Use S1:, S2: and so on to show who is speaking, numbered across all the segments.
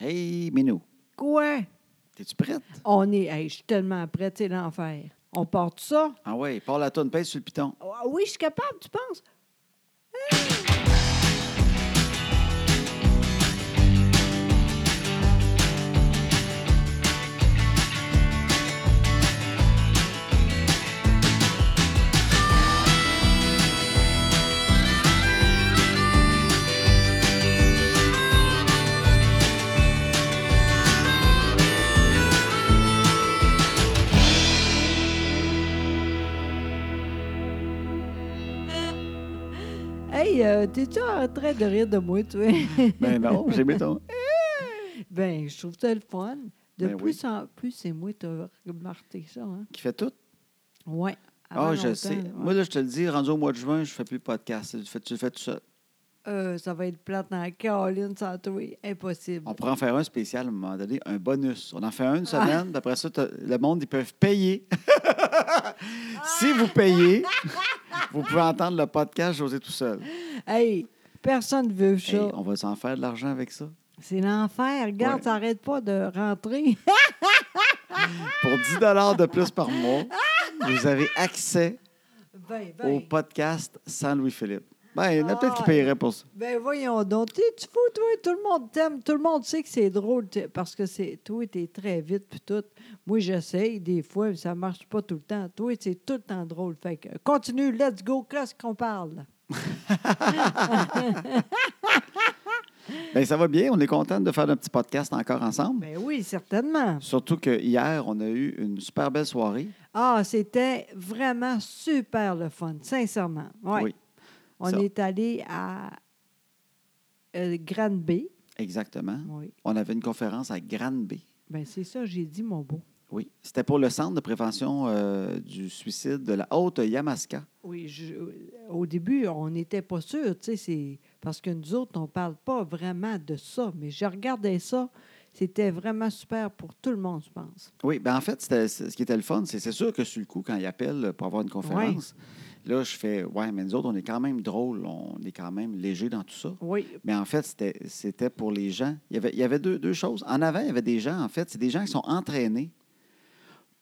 S1: Hey, Minou,
S2: Quoi?
S1: t'es-tu prête?
S2: On est. hey, je suis tellement prête, c'est l'enfer. On part de ça?
S1: Ah ouais, parle la tonne, pèse sur le piton.
S2: Ah Oui, je suis capable, tu penses? Hey, euh, t'es-tu en train de rire de moi, toi?
S1: Ben non, j'ai mis ton.
S2: ben, je trouve ça le fun. De
S1: Ben oui.
S2: plus en plus, c'est moi, t'as remarqué ça, hein?
S1: Qui fait tout?
S2: Oui.
S1: Ah, je sais. Moi, là, je te le dis, rendu au mois de juin, je fais plus de podcast. Tu le fais, tu le fais tout seul.
S2: Euh, ça va être plate dans la Caroline sans toi. Impossible.
S1: On pourrait en faire un spécial à un moment donné, un bonus. On en fait un une semaine, puis après ça, t'as- le monde, ils peuvent payer. si vous payez, vous pouvez entendre le podcast José tout seul.
S2: Hey, personne ne veut ça.
S1: Hey, on va s'en faire de l'argent avec ça.
S2: C'est l'enfer. Regarde,
S1: Ouais.
S2: ça n'arrête pas de rentrer.
S1: Pour 10 de plus par mois, vous avez accès
S2: ben,
S1: au
S2: ben,
S1: podcast sans Louis-Philippe. Ben, il y en a peut-être qui
S2: Ah,
S1: paieraient pour ça.
S2: ben voyons donc. T'es- Tu fous, toi, tout le monde t'aime. Tout le monde sait que c'est drôle t'es- parce que c'est toi, t'es très vite puis tout. Moi, j'essaye des fois, mais ça marche pas tout le temps. Toi, c'est tout le temps drôle. Fait que euh, continue, let's go, qu'est-ce qu'on parle?
S1: Ben, ça va bien. On est content de faire notre petit podcast encore ensemble.
S2: Ben oui, certainement.
S1: Surtout que hier, on a eu une super belle soirée.
S2: Ah, c'était vraiment super le fun, sincèrement. Ouais.
S1: Oui,
S2: On
S1: ça.
S2: est allé à euh, Grande Bay.
S1: exactement.
S2: Oui.
S1: On avait une conférence à Granby.
S2: Ben c'est ça, j'ai dit, mon beau.
S1: Oui. C'était pour le Centre de prévention euh, du suicide de la Haute Yamaska.
S2: Oui, je- au début, on n'était pas sûr, tu sais, c'est parce que nous autres, on ne parle pas vraiment de ça, mais je regardais ça, c'était vraiment super pour tout le monde, je pense.
S1: Oui, ben en fait, c'était- c'est- ce qui était le fun, c'est c'est sûr que sur le coup, quand ils appellent pour avoir une conférence, là, je fais Ouais, mais nous autres, on est quand même drôle, on est quand même léger dans tout ça.
S2: Oui,
S1: Mais en fait, c'était- c'était pour les gens. Il y avait, il y avait deux, deux choses. En avant, il y avait des gens, en fait, c'est des gens qui sont entraînés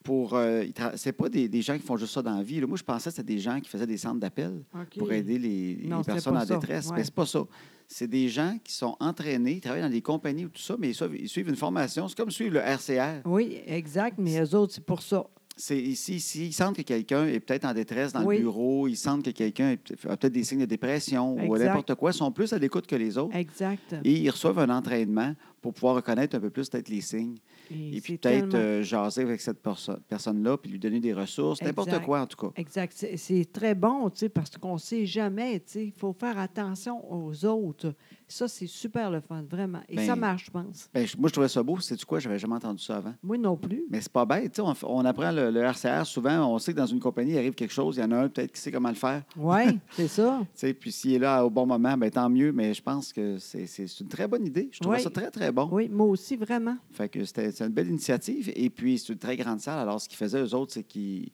S1: pour. euh, ils tra- c'est pas des, des gens qui font juste ça dans la vie. là. Moi, je pensais que c'était des gens qui faisaient des centres d'appel
S2: OK.
S1: pour aider les, les
S2: Non, c'était
S1: personnes
S2: pas
S1: en
S2: ça,
S1: détresse.
S2: ouais.
S1: Mais c'est pas ça. C'est des gens qui sont entraînés, ils travaillent dans des compagnies ou tout ça, mais ils suivent, ils suivent une formation. C'est comme suivre le RCR.
S2: Oui, exact, mais eux autres, c'est pour ça.
S1: C'est ici, ici, ils sentent que quelqu'un est peut-être en détresse dans
S2: Oui.
S1: le bureau, ils sentent que quelqu'un est peut- a peut-être des signes de dépression ou
S2: Exact.
S1: n'importe quoi. Ils sont plus à l'écoute que les autres.
S2: Exact.
S1: Et ils reçoivent un entraînement pour pouvoir reconnaître un peu plus peut-être les signes. Et,
S2: Et
S1: puis
S2: c'est
S1: peut-être
S2: tellement-
S1: euh, jaser avec cette perso- personne-là, puis lui donner des ressources, n'importe
S2: Exact.
S1: quoi en tout cas.
S2: Exact. C'est- C'est très bon, tu sais, parce qu'on ne sait jamais, tu sais. Il faut faire attention aux autres. Ça, c'est super le fun, vraiment. Et
S1: Ben-
S2: ça marche, je pense.
S1: Ben, je- moi, je trouvais ça beau. C'est-tu quoi? J'avais jamais entendu ça avant.
S2: Moi non plus.
S1: Mais c'est pas bête. tu sais, On, f- on apprend le, le RCR souvent. On sait que dans une compagnie, il arrive quelque chose. Il y en a un peut-être qui sait comment le faire.
S2: Oui, c'est ça.
S1: Tu sais, Puis s'il est là au bon moment, ben, tant mieux. Mais je pense que c'est- c'est c'est une très bonne idée. Je trouvais
S2: Oui.
S1: ça très, très bon.
S2: Oui, moi aussi, vraiment.
S1: Fait que c'était c'est une belle initiative. Et puis, c'est une très grande salle. Alors, ce qu'ils faisaient, eux autres, c'est qu'ils.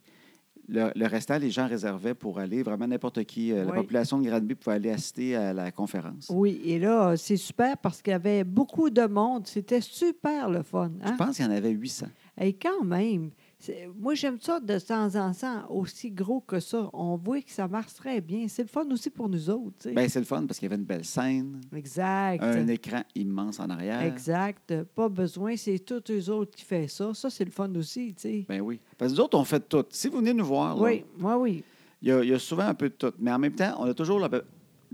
S1: Le, le restant, les gens réservaient pour aller. Vraiment, n'importe qui. euh, La
S2: Oui.
S1: population de Granby pouvait aller assister à la conférence.
S2: Oui, et là, euh, c'est super parce qu'il y avait beaucoup de monde. C'était super le fun.
S1: Je
S2: Hein?
S1: pense qu'il y en avait 800.
S2: Et quand même, c'est- moi, j'aime ça de temps en temps, aussi gros que ça. On voit que ça marche très bien. C'est le fun aussi pour nous autres. tu sais.
S1: Bien, c'est le fun parce qu'il y avait une belle scène,
S2: exact.
S1: Ben, un écran immense en arrière.
S2: Exact. Pas besoin. C'est tous les autres qui font ça. Ça, c'est le fun aussi. tu sais.
S1: Ben oui. Parce que nous autres, on fait tout. Si vous venez nous voir, là,
S2: Oui, moi, oui.
S1: il y, a- il y a souvent un peu de tout. Mais en même temps, on a toujours le,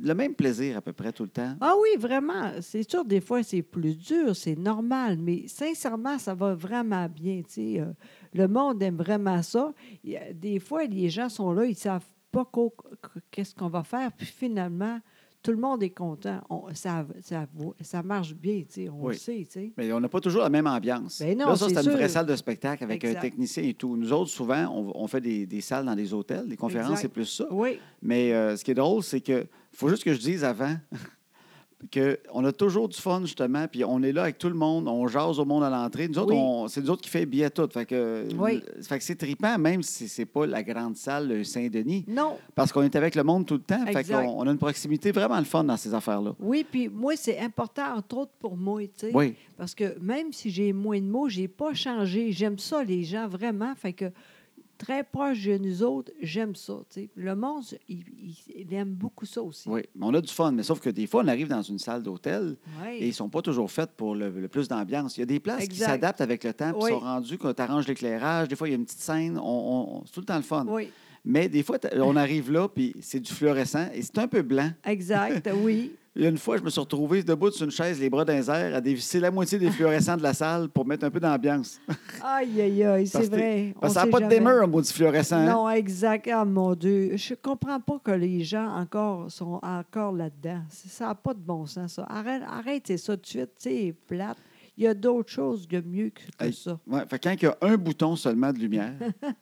S1: le même plaisir à peu près tout le temps.
S2: Ah oui, vraiment. C'est sûr, des fois, c'est plus dur, c'est normal, mais sincèrement, ça va vraiment bien. tu sais, euh, le monde aime vraiment ça. Il y a- Des fois, les gens sont là, ils ne savent pas qu'au- qu'est-ce qu'on va faire, puis finalement, tout le monde est content. On- ça, ça, va- ça marche bien, tu sais, on
S1: Oui.
S2: le sait. tu sais.
S1: Mais on n'a pas toujours la même ambiance.
S2: Ben non,
S1: là, ça,
S2: c'est
S1: c'est une
S2: sûr.
S1: vraie salle de spectacle avec un
S2: Exact.
S1: technicien et tout. Nous autres, souvent, on, on fait des, des salles dans des hôtels, des conférences,
S2: Exact.
S1: c'est plus ça.
S2: Oui,
S1: Mais euh, ce qui est drôle, c'est que faut juste que je dise avant, que on a toujours du fun, justement, puis on est là avec tout le monde, on jase au monde à l'entrée. Nous autres,
S2: Oui.
S1: on- c'est nous autres qui fait billet tout. Fait que,
S2: Oui.
S1: fait que c'est trippant, même si c'est pas la grande salle le Saint-Denis,
S2: Non,
S1: parce qu'on est avec le monde tout le temps. Fait
S2: Exact.
S1: qu'on on a une proximité vraiment le fun dans ces affaires-là.
S2: oui, puis moi, c'est important, entre autres, pour moi, tu sais.
S1: Oui,
S2: Parce que même si j'ai moins de mots, j'ai pas changé. J'aime ça, les gens, vraiment. Fait que très proche de nous autres, j'aime ça. tu sais. Le monde, il, il- il aime beaucoup ça aussi.
S1: oui. Mais on a du fun, mais sauf que des fois, on arrive dans une salle d'hôtel
S2: Ouais.
S1: et ils sont pas toujours faites pour le, le plus d'ambiance. Il y a des places qui
S2: Exact.
S1: s'adaptent avec le temps, puis
S2: Oui.
S1: sont rendues, quand tu arranges l'éclairage, des fois, il y a une petite scène, on- on- on- c'est tout le temps le fun.
S2: Oui,
S1: Mais des fois, t'as- on arrive là, puis c'est du fluorescent et c'est un peu blanc.
S2: exact, oui.
S1: Il y a une fois, je me suis retrouvé debout sur une chaise, les bras dans les airs, à dévisser la moitié des fluorescents de la salle pour mettre un peu d'ambiance.
S2: Aïe, aïe, aïe, c'est
S1: Parce que-
S2: vrai.
S1: Parce
S2: on
S1: que ça n'a
S2: sait
S1: pas de
S2: jamais.
S1: dimmer, un maudit fluorescent. hein?
S2: Non, exact. Ah, mon Dieu. Je comprends pas que les gens encore sont encore là-dedans. C'est- Ça n'a pas de bon sens, ça. Arrête, arrêtez ça tout de suite, tu sais, plate. Il y a d'autres choses de mieux que, que
S1: Hey.
S2: ça.
S1: Ouais, fait que quand il y a un bouton seulement de lumière,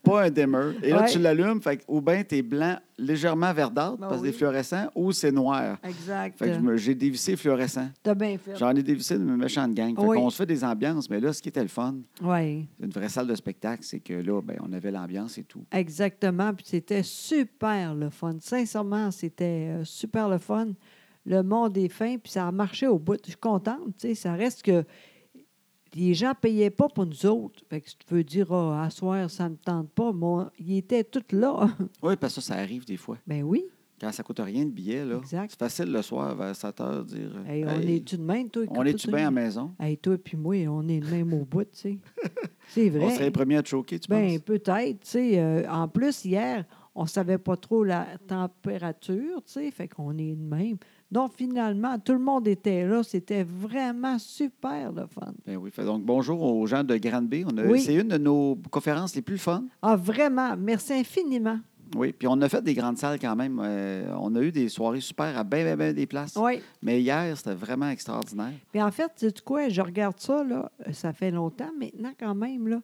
S1: pas un dimmer, et là,
S2: Ouais.
S1: tu l'allumes, fait que ou bien tu es blanc, légèrement verdâtre,
S2: Ben
S1: parce que
S2: oui.
S1: des fluorescents, ou c'est noir.
S2: Exact.
S1: Fait que je me- j'ai dévissé les fluorescents.
S2: T'as bien fait.
S1: J'en ai dévissé de mes méchants de gang. Fait
S2: Oui.
S1: qu'on se fait des ambiances, mais là, ce qui était le fun,
S2: Oui,
S1: une vraie salle de spectacle, c'est que là, ben, on avait l'ambiance et tout.
S2: exactement. Puis c'était super le fun. Sincèrement, c'était euh, super le fun. Le monde est fin, puis ça a marché au bout. Je suis contente, tu sais. Ça reste que les gens ne payaient pas pour nous autres. Fait que si tu veux dire, ah, à soir, ça ne me tente pas, moi, ils étaient tous là.
S1: Oui, parce que ça, ça arrive des fois.
S2: ben oui.
S1: Quand ça coûte rien de billet, là,
S2: Exact.
S1: c'est facile le soir vers 7 heures de dire
S2: Hey, on
S1: Hey,
S2: est-tu de même, toi?
S1: on est-tu bien à la maison?
S2: Hey, toi puis moi, on est de même au bout, tu sais. C'est vrai.
S1: On serait les premiers à te choquer, tu
S2: Ben,
S1: penses?
S2: peut-être, tu sais. euh, en plus, hier, on ne savait pas trop la température, tu sais, fait qu'on est de même. Donc, finalement, tout le monde était là. C'était vraiment super le fun.
S1: Ben oui. Fait Donc, bonjour aux gens de Grande B. On a-
S2: Oui.
S1: C'est une de nos conférences les plus fun.
S2: Ah, vraiment, merci infiniment.
S1: Oui. Puis on a fait des grandes salles quand même. Euh, on a eu des soirées super à bien, bien, bien des places.
S2: Oui.
S1: Mais hier, c'était vraiment extraordinaire.
S2: Puis en fait, tu quoi, je regarde ça, là, ça fait longtemps maintenant quand même, là.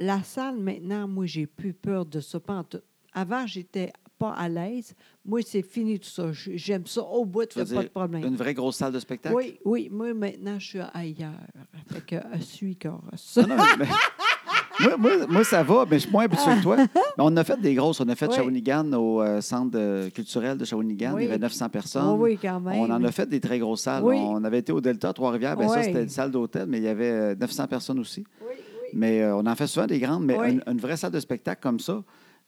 S2: La salle, maintenant, moi, j'ai plus peur de ça, pas en tout. Avant, j'étais pas à l'aise. Moi, c'est fini tout ça. J- J'aime ça au bout,
S1: Tu
S2: il
S1: veux
S2: n'y a pas de
S1: dire
S2: problème.
S1: Une vraie grosse salle de spectacle.
S2: Ben. Oui, oui, moi maintenant je suis ailleurs. Fait que euh, suis Coros.
S1: Non, non, mais- moi, moi- moi, ça va, mais je suis moins habitué que toi. Mais on a fait des grosses. On a fait
S2: Ah. Oui.
S1: Shawinigan au euh, centre euh, culturel de Shawinigan.
S2: Oui.
S1: Il y avait 900 personnes.
S2: Oh oui, quand même.
S1: On en a fait des très grosses salles.
S2: Oui.
S1: On avait été au Delta, à Trois-Rivières. Ben Ça,
S2: Oui.
S1: c'était une salle d'hôtel, mais il y avait euh, 900 personnes aussi.
S2: Oui, oui.
S1: Mais euh, on en fait souvent des grandes. Mais
S2: Oui.
S1: une, une vraie salle de spectacle comme ça,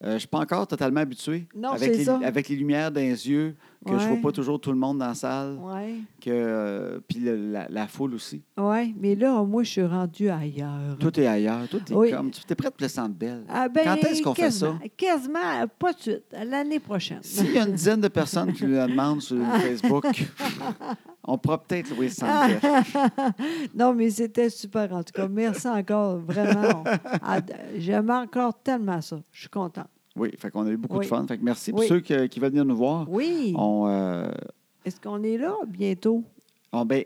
S1: euh, je ne suis pas encore totalement habitué.
S2: Non,
S1: avec,
S2: c'est
S1: les,
S2: ça.
S1: avec les lumières dans les yeux, que je ne
S2: Ouais.
S1: vois pas toujours tout le monde dans la salle.
S2: Oui,
S1: Que, euh, puis le- la, la foule aussi.
S2: ouais, mais là, moi, je suis rendue ailleurs.
S1: Tout est ailleurs. Tout est
S2: Oui.
S1: comme. Tu es prêt de plaisante belle.
S2: Ah, ben,
S1: Quand est-ce qu'on fait ça?
S2: quasiment- Quasiment, euh, pas de suite, à l'année prochaine.
S1: S'il y a une dizaine de personnes qui nous le demandent sur
S2: Ah.
S1: Facebook, on pourra peut-être louer 100 pièces.
S2: non, mais c'était super en tout cas. Merci encore, vraiment. Ah, d- J'aime encore tellement ça. Je suis contente.
S1: Oui, fait qu'on a eu beaucoup
S2: Oui.
S1: de fun. Fait que merci. Pour
S2: Oui.
S1: ceux que- qui veulent venir nous voir,
S2: Oui.
S1: on, euh,
S2: Est-ce qu'on est là bientôt?
S1: on- ben,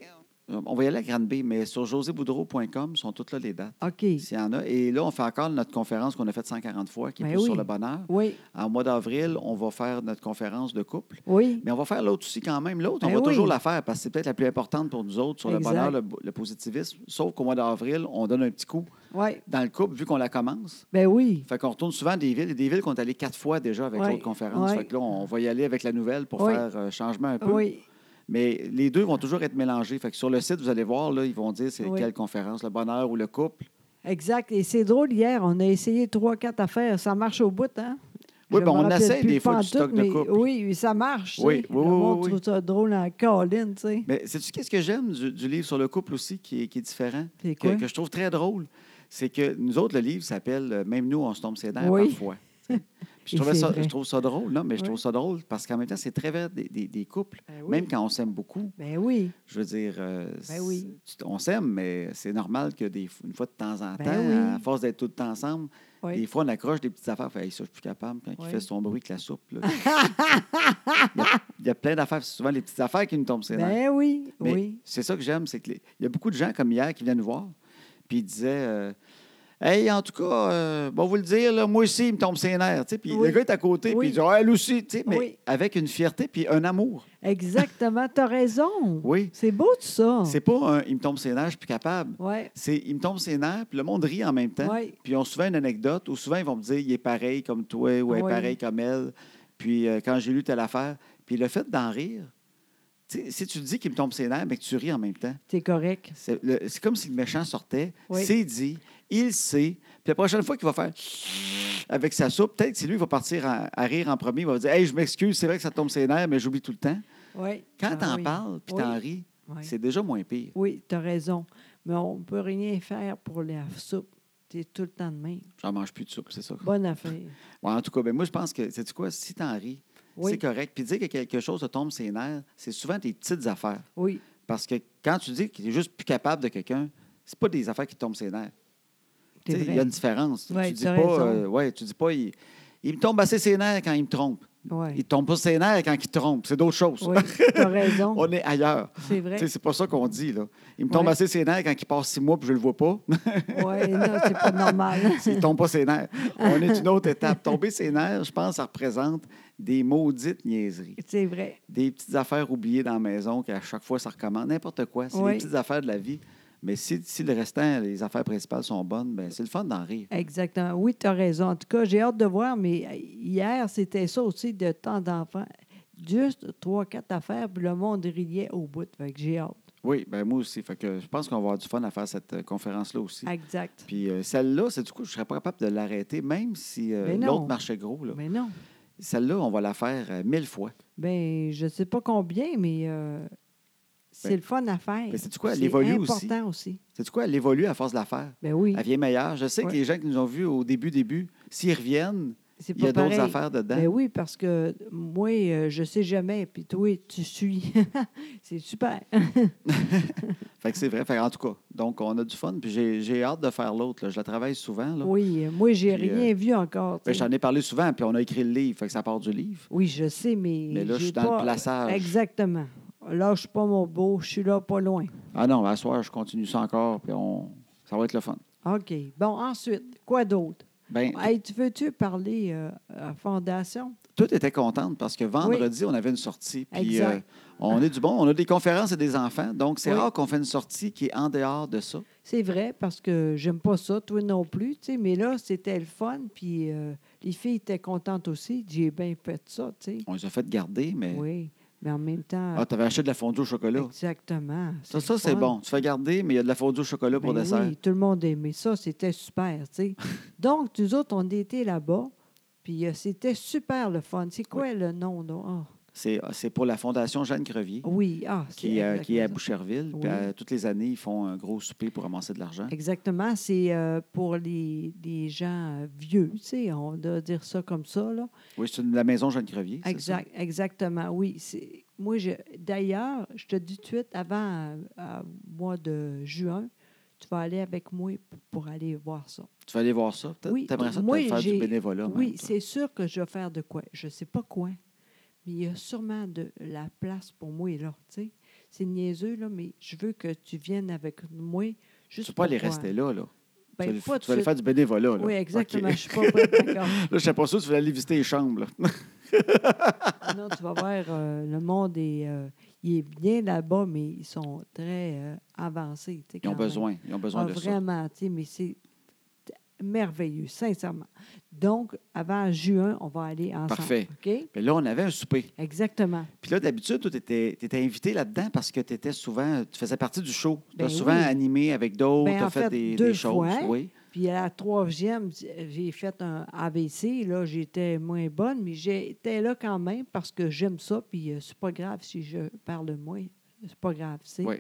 S1: on va y aller à Grande B, mais sur joséboudreau.com sont toutes là les dates,
S2: OK.
S1: s'il y en a. Et là, on fait encore notre conférence qu'on a faite 140 fois, qui est
S2: Ben
S1: plus sur
S2: oui.
S1: le bonheur.
S2: Oui,
S1: En mois d'avril, on va faire notre conférence de couple.
S2: oui.
S1: Mais on va faire l'autre aussi quand même. L'autre, on
S2: Ben
S1: va
S2: oui.
S1: toujours la faire parce que c'est peut-être la plus importante pour nous autres sur le
S2: Exact.
S1: bonheur, le, le positivisme. Sauf qu'au mois d'avril, on donne un petit coup
S2: Oui.
S1: dans le couple vu qu'on la commence.
S2: Ben oui.
S1: Fait qu'on retourne souvent à des villes. Et des villes qu'on est allé quatre fois déjà avec
S2: Ouais,
S1: l'autre conférence.
S2: ouais.
S1: Fait que là, on va y aller avec la nouvelle pour
S2: Oui.
S1: faire euh, changement un peu.
S2: Oui.
S1: Mais les deux vont toujours être mélangés. Fait que sur le site, vous allez voir, là, ils vont dire c'est
S2: Oui.
S1: quelle conférence, le bonheur ou le couple.
S2: Exact. Et c'est drôle, hier, on a essayé trois, quatre affaires. Ça marche au bout, hein?
S1: Oui, ben,
S2: Je me
S1: on
S2: rappelle
S1: essaye
S2: plus
S1: des fois
S2: pas
S1: du
S2: en tout,
S1: stock de
S2: mais
S1: couple.
S2: Oui, oui, ça marche. tu
S1: Oui,
S2: sais.
S1: oui,
S2: Le
S1: oui,
S2: monde
S1: oui, oui.
S2: trouve ça drôle en colline, tu sais.
S1: Mais sais-tu qu'est-ce que j'aime du, du livre sur le couple aussi qui est, qui est différent?
S2: C'est
S1: que,
S2: quoi?
S1: que je trouve très drôle, c'est que nous autres, le livre s'appelle euh, Même nous, on se tombe ses dents
S2: Oui.
S1: parfois. tu sais. Puis
S2: Et
S1: je, trouvais
S2: c'est
S1: ça,
S2: vrai.
S1: je trouve ça drôle, non, mais je
S2: Oui.
S1: trouve ça drôle parce qu'en même temps, c'est très vrai des, des- des couples,
S2: Ben oui.
S1: même quand on s'aime beaucoup.
S2: Ben oui.
S1: Je veux dire, euh,
S2: Ben oui.
S1: c'est- tu- on s'aime, mais c'est normal que des, une fois de temps en temps,
S2: Ben oui.
S1: à force d'être tout le temps ensemble,
S2: Oui.
S1: des fois, on accroche des petites affaires. Fait, Hey, ça, je suis plus capable quand il
S2: Oui.
S1: fait son bruit que la soupe. là. il, y a, il y a plein d'affaires. C'est souvent les petites affaires qui nous tombent ses dents.
S2: Ben oui.
S1: Mais
S2: oui.
S1: c'est ça que j'aime, c'est qu'il y a beaucoup de gens comme hier qui viennent nous voir, puis ils disaient euh, Hey, en tout cas, euh, bon, vous le dire, là, moi aussi, il me tombe ses nerfs. tu sais. Puis
S2: Oui.
S1: le gars est à côté,
S2: Oui.
S1: puis il dit, Ah, elle aussi, tu sais, mais
S2: Oui.
S1: avec une fierté, puis un amour.
S2: Exactement. T'as raison.
S1: Oui.
S2: C'est beau, tout ça.
S1: C'est pas un, il me tombe ses nerfs, je suis plus capable.
S2: Oui.
S1: C'est, il me tombe ses nerfs, puis le monde rit en même temps.
S2: Oui.
S1: Puis ils ont souvent une anecdote, ou souvent ils vont me dire, il est pareil comme toi, ou elle est
S2: Oui.
S1: pareil comme elle. Puis euh, quand j'ai lu telle affaire, puis le fait d'en rire, tu sais, si tu te dis qu'il me tombe ses nerfs, mais que tu ris en même temps,
S2: T'es correct.
S1: c'est, le- c'est comme si le méchant sortait,
S2: Oui.
S1: c'est dit, il sait, puis la prochaine fois qu'il va faire avec sa soupe, peut-être que c'est lui qui va partir à, à rire en premier, il va dire, hey, je m'excuse, c'est vrai que ça tombe ses nerfs, mais j'oublie tout le temps.
S2: Oui.
S1: Quand
S2: Ah
S1: t'en
S2: oui.
S1: parles, puis
S2: Oui.
S1: t'en ris,
S2: Oui.
S1: c'est déjà moins pire.
S2: Oui, tu as raison. Mais on ne peut rien faire pour la soupe. Tu es tout le temps de même.
S1: J'en mange plus de soupe, c'est ça.
S2: Bonne affaire.
S1: Ouais, en tout cas, ben moi, je pense que, sais-tu quoi, si t'en ris,
S2: Oui.
S1: c'est correct. Puis dire que quelque chose te tombe ses nerfs, c'est souvent des petites affaires.
S2: Oui,
S1: Parce que quand tu dis qu'il est juste plus capable de quelqu'un, c'est pas des affaires qui te tombent ses nerfs.
S2: t'es
S1: Tu sais,
S2: vrai.
S1: Il y a une différence.
S2: Ouais,
S1: tu dis
S2: t'as
S1: pas,
S2: raison.
S1: euh, ouais, tu dis pas, il, il me tombe assez ses nerfs quand il me trompe.
S2: Ouais.
S1: Il te tombe pas ses nerfs quand il te trompe. C'est d'autres choses.
S2: Oui, t'as raison.
S1: On est ailleurs.
S2: C'est vrai.
S1: Tu sais, C'est pas ça qu'on dit. Là. Il me tombe
S2: Ouais.
S1: assez ses nerfs quand il passe six mois et je le vois pas.
S2: Oui, non, c'est pas normal.
S1: S'il ne tombe pas ses nerfs. On est une autre étape. Tomber ses nerfs, je pense, ça représente des maudites niaiseries.
S2: C'est vrai.
S1: Des petites affaires oubliées dans la maison qu'à chaque fois, ça recommence. N'importe quoi. C'est
S2: Oui.
S1: des petites affaires de la vie. Mais si, si le restant, les affaires principales sont bonnes, ben c'est le fun d'en rire.
S2: Exactement. Oui, tu as raison. En tout cas, j'ai hâte de voir, mais euh, hier, c'était ça aussi de temps d'enfant. Juste trois, quatre affaires, puis le monde riait au bout. Fait que j'ai hâte.
S1: Oui, ben moi aussi. Fait que je pense qu'on va avoir du fun à faire cette euh, conférence-là aussi.
S2: Exact.
S1: Puis euh, celle-là, c'est du coup, je ne serais pas capable de l'arrêter, même si euh,
S2: Mais non.
S1: l'autre marchait gros. là.
S2: Mais non.
S1: Celle-là, on va la faire euh, mille fois.
S2: Ben, je sais pas combien, mais euh, c'est
S1: Ben,
S2: le fun à faire.
S1: ben, sais-tu quoi, elle
S2: C'est
S1: évolue aussi.
S2: important aussi.
S1: C'est quoi? Elle évolue à force de la faire.
S2: Ben oui,
S1: Elle vient meilleure. Je sais
S2: Ouais.
S1: que les gens qui nous ont vus au début, début, s'ils reviennent,
S2: c'est
S1: il y
S2: pas
S1: a d'autres
S2: pareil.
S1: affaires dedans.
S2: Ben oui, parce que moi, euh, je sais jamais, puis toi, tu suis. c'est super.
S1: Fait que c'est vrai. Fait que en tout cas, donc on a du fun. Puis j'ai j'ai hâte de faire l'autre. là. Je la travaille souvent. là.
S2: Oui, euh, moi, j'ai
S1: Puis, euh,
S2: rien vu encore.
S1: Ben,
S2: tu sais.
S1: J'en ai parlé souvent, puis on a écrit le livre. Fait que ça part du livre.
S2: Oui, je sais, mais.
S1: Mais là, je
S2: j'ai
S1: suis dans le
S2: pas-
S1: plaçage.
S2: Exactement. Là, je suis pas mon beau, je suis là pas loin.
S1: Ah non, à soir, je continue ça encore, puis on... ça va être le fun.
S2: OK. Bon, ensuite, quoi d'autre?
S1: Ben,
S2: Hey, tu veux-tu parler euh, à Fondation?
S1: tout était contente parce que vendredi, on avait une sortie. Puis
S2: Exact.
S1: euh, on est du bon. On a des conférences et des enfants. Donc, c'est
S2: Oui.
S1: rare qu'on fait une sortie qui est en dehors de ça.
S2: C'est vrai, parce que j'aime pas ça, toi non plus, tu sais, mais là, c'était le fun, puis euh, les filles étaient contentes aussi. J'ai bien fait ça, tu sais.
S1: On les a fait garder, mais.
S2: Oui, mais en même temps,
S1: Ah, t'avais acheté de la fondue au chocolat.
S2: exactement.
S1: Ça,
S2: le
S1: ça c'est
S2: fun.
S1: bon. Tu fais garder, mais il y a de la fondue au chocolat pour
S2: Ben
S1: dessert.
S2: Oui, tout le monde aimait ça, c'était super, tu sais. Donc, nous autres, on était là-bas, puis euh, c'était super le fun. C'est quoi le nom, donc? Ah,
S1: C'est c'est pour la Fondation Jeanne Crevier,
S2: oui, ah, c'est
S1: qui, euh, qui est à
S2: exactement ça.
S1: Boucherville. Puis,
S2: Oui.
S1: euh, toutes les années, ils font un gros souper pour ramasser de l'argent.
S2: Exactement, c'est euh, pour les, les gens euh, vieux, tu sais, on doit dire ça comme ça, là.
S1: Oui, c'est une- la maison Jeanne Crevier. c'est ça?
S2: Exact, exactement, oui. c'est- Moi, je, d'ailleurs, je te dis tout de suite, avant euh, euh, mois de juin, tu vas aller avec moi p- pour aller voir ça.
S1: Tu vas aller voir ça, peut-être?
S2: Oui,
S1: T'aimerais ça
S2: moi,
S1: peut-être faire du
S2: j'ai-
S1: bénévolat. même,
S2: oui,
S1: toi.
S2: c'est sûr que je vais faire de quoi. Je ne sais pas quoi, mais il y a sûrement de la place pour moi là. tu sais. C'est niaiseux, là, mais je veux que tu viennes avec moi.
S1: Tu ne
S2: Juste
S1: peux pas aller
S2: pour voir.
S1: rester là. là. tu vas,
S2: Ben,
S1: aller-
S2: pas
S1: tu
S2: tout
S1: vas aller
S2: de
S1: faire du
S2: suite.
S1: bénévolat. Là.
S2: Oui, exactement.
S1: OK.
S2: Je ne suis pas prête d'accord.
S1: Là, je ne sais pas sûr, tu vas aller visiter les chambres. là.
S2: Non, tu vas voir, euh, le monde est, euh, il est bien là-bas, mais ils sont très euh, avancés. tu sais,
S1: Ils ont
S2: quand même.
S1: besoin. Ils ont besoin
S2: Ah,
S1: de ça.
S2: vraiment, tu sais, mais c'est t- merveilleux, sincèrement. Donc, avant juin, on va aller ensemble.
S1: Parfait.
S2: OK?
S1: Mais là, on avait un souper.
S2: Exactement.
S1: Puis là, d'habitude, tu étais, invité là-dedans parce que tu étais souvent, tu faisais partie du show. Tu as
S2: Ben
S1: souvent
S2: oui.
S1: animé avec d'autres,
S2: Ben,
S1: tu as
S2: en
S1: fait,
S2: fait,
S1: des,
S2: deux
S1: des choses.
S2: fois.
S1: Oui.
S2: Puis à la troisième, j'ai fait un AVC. Là, j'étais moins bonne, mais j'étais là quand même parce que j'aime ça. Puis euh, c'est pas grave si je parle moins. C'est pas grave, c'est.
S1: Oui.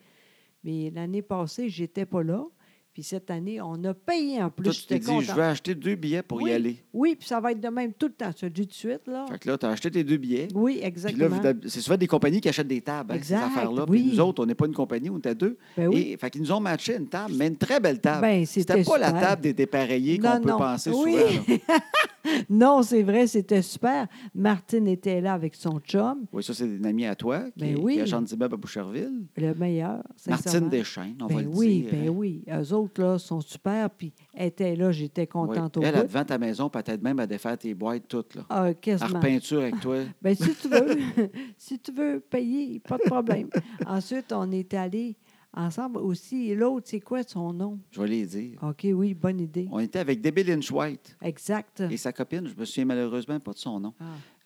S2: Mais l'année passée, j'étais pas là. Puis cette année, on a payé en plus.
S1: Toi, tu t'es
S2: J'étais
S1: dit, je
S2: contente.
S1: vais acheter deux billets pour y
S2: Oui.
S1: aller.
S2: Oui, puis ça va être de même tout le temps. Tu le dis tout de suite, là.
S1: Fait que là, tu as acheté tes deux billets.
S2: Oui,
S1: Puis là,
S2: exactement.
S1: d'hab- c'est souvent des compagnies qui achètent des tables, hein, ces
S2: Exact,
S1: affaires-là.
S2: oui.
S1: Puis nous autres, on n'est pas une compagnie, on était deux.
S2: Ben oui.
S1: Et, fait qu'ils nous ont matché une table, mais une très belle table.
S2: Ben,
S1: C'était
S2: c'était
S1: pas la
S2: super.
S1: table des dépareillés
S2: Non,
S1: qu'on peut
S2: non.
S1: penser
S2: Oui.
S1: souvent. là.
S2: non, c'est vrai, c'était super. Martine était là avec son chum,
S1: Oui, ça, c'est une amie à toi qui,
S2: Ben
S1: est-
S2: oui.
S1: qui est agente d'immeuble à Boucherville.
S2: le meilleur.
S1: Martine
S2: sincèrement.
S1: Deschaines, on va
S2: Ben
S1: le
S2: oui,
S1: dire.
S2: ben
S1: hein.
S2: oui. Eux autres, là, sont super. Puis, elle était là, j'étais
S1: Oui.
S2: contente au
S1: Elle,
S2: bout.
S1: elle devant ta maison, peut-être même à défaire tes boîtes toutes. Là.
S2: Ah,
S1: À
S2: quasiment.
S1: repeinture avec toi.
S2: Ben, si tu veux, si tu veux payer, pas de problème. Ensuite, on est allé ensemble aussi. Et L'autre, c'est quoi son nom?
S1: Je vais les dire.
S2: OK, oui, bonne idée.
S1: On était avec Debbie Lynch White
S2: Exact.
S1: et sa copine. Je me souviens malheureusement pas de son nom.
S2: Ah.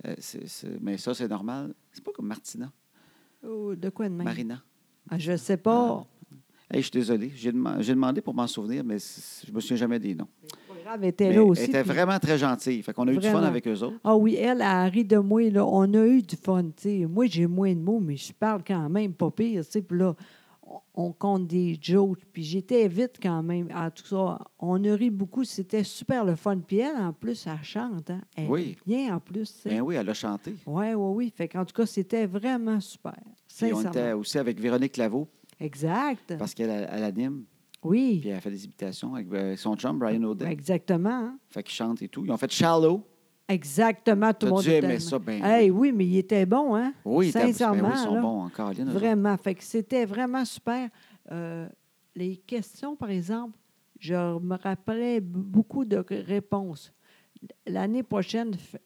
S1: Euh, c'est- c'est- mais ça, c'est normal. C'est pas comme Martina,
S2: Oh, de quoi de même?
S1: Marina.
S2: Ah, je sais pas.
S1: Hey, je suis désolé. J'ai deman- j'ai demandé pour m'en souvenir, mais c- je me souviens jamais des noms.
S2: Le programme était
S1: Mais
S2: là aussi.
S1: elle était
S2: puis-
S1: vraiment très gentille. Fait qu'on a eu du fun
S2: Vraiment.
S1: avec eux autres.
S2: Ah oui, elle, elle rit de moi. Là. On a eu du fun. tu sais. Moi, j'ai moins de mots, mais je parle quand même pas pire. tu sais. Puis là, on- on compte des jokes. Puis j'étais vite quand même. En tout ça, on a ri beaucoup. C'était super le fun. Puis elle, en plus, elle chante. hein. Elle
S1: Oui.
S2: Bien en plus. tu sais.
S1: Ben oui, elle a chanté.
S2: Oui, oui, oui. Fait qu'en tout cas, c'était vraiment super.
S1: Puis on
S2: Sincèrement.
S1: était aussi avec Véronique Laveau
S2: Exact.
S1: parce qu'elle elle anime. Puis
S2: Oui.
S1: elle a fait des imitations avec euh, son chum, Brian O'Day.
S2: Exactement. hein.
S1: Fait qu'il chante et tout. Ils ont fait Shallow.
S2: Exactement. Tout
S1: T'as
S2: le monde
S1: dû
S2: était-
S1: aimer ça, ben
S2: Hey, oui, mais il était bon, hein?
S1: Oui, t'as- ben
S2: Sincèrement,
S1: oui, ils sont
S2: là.
S1: bons encore. Lynn, eux autres.
S2: Vraiment. Fait que c'était vraiment super. Euh, les questions, par exemple, je me rappelais b- beaucoup de réponses. L'année prochaine, f-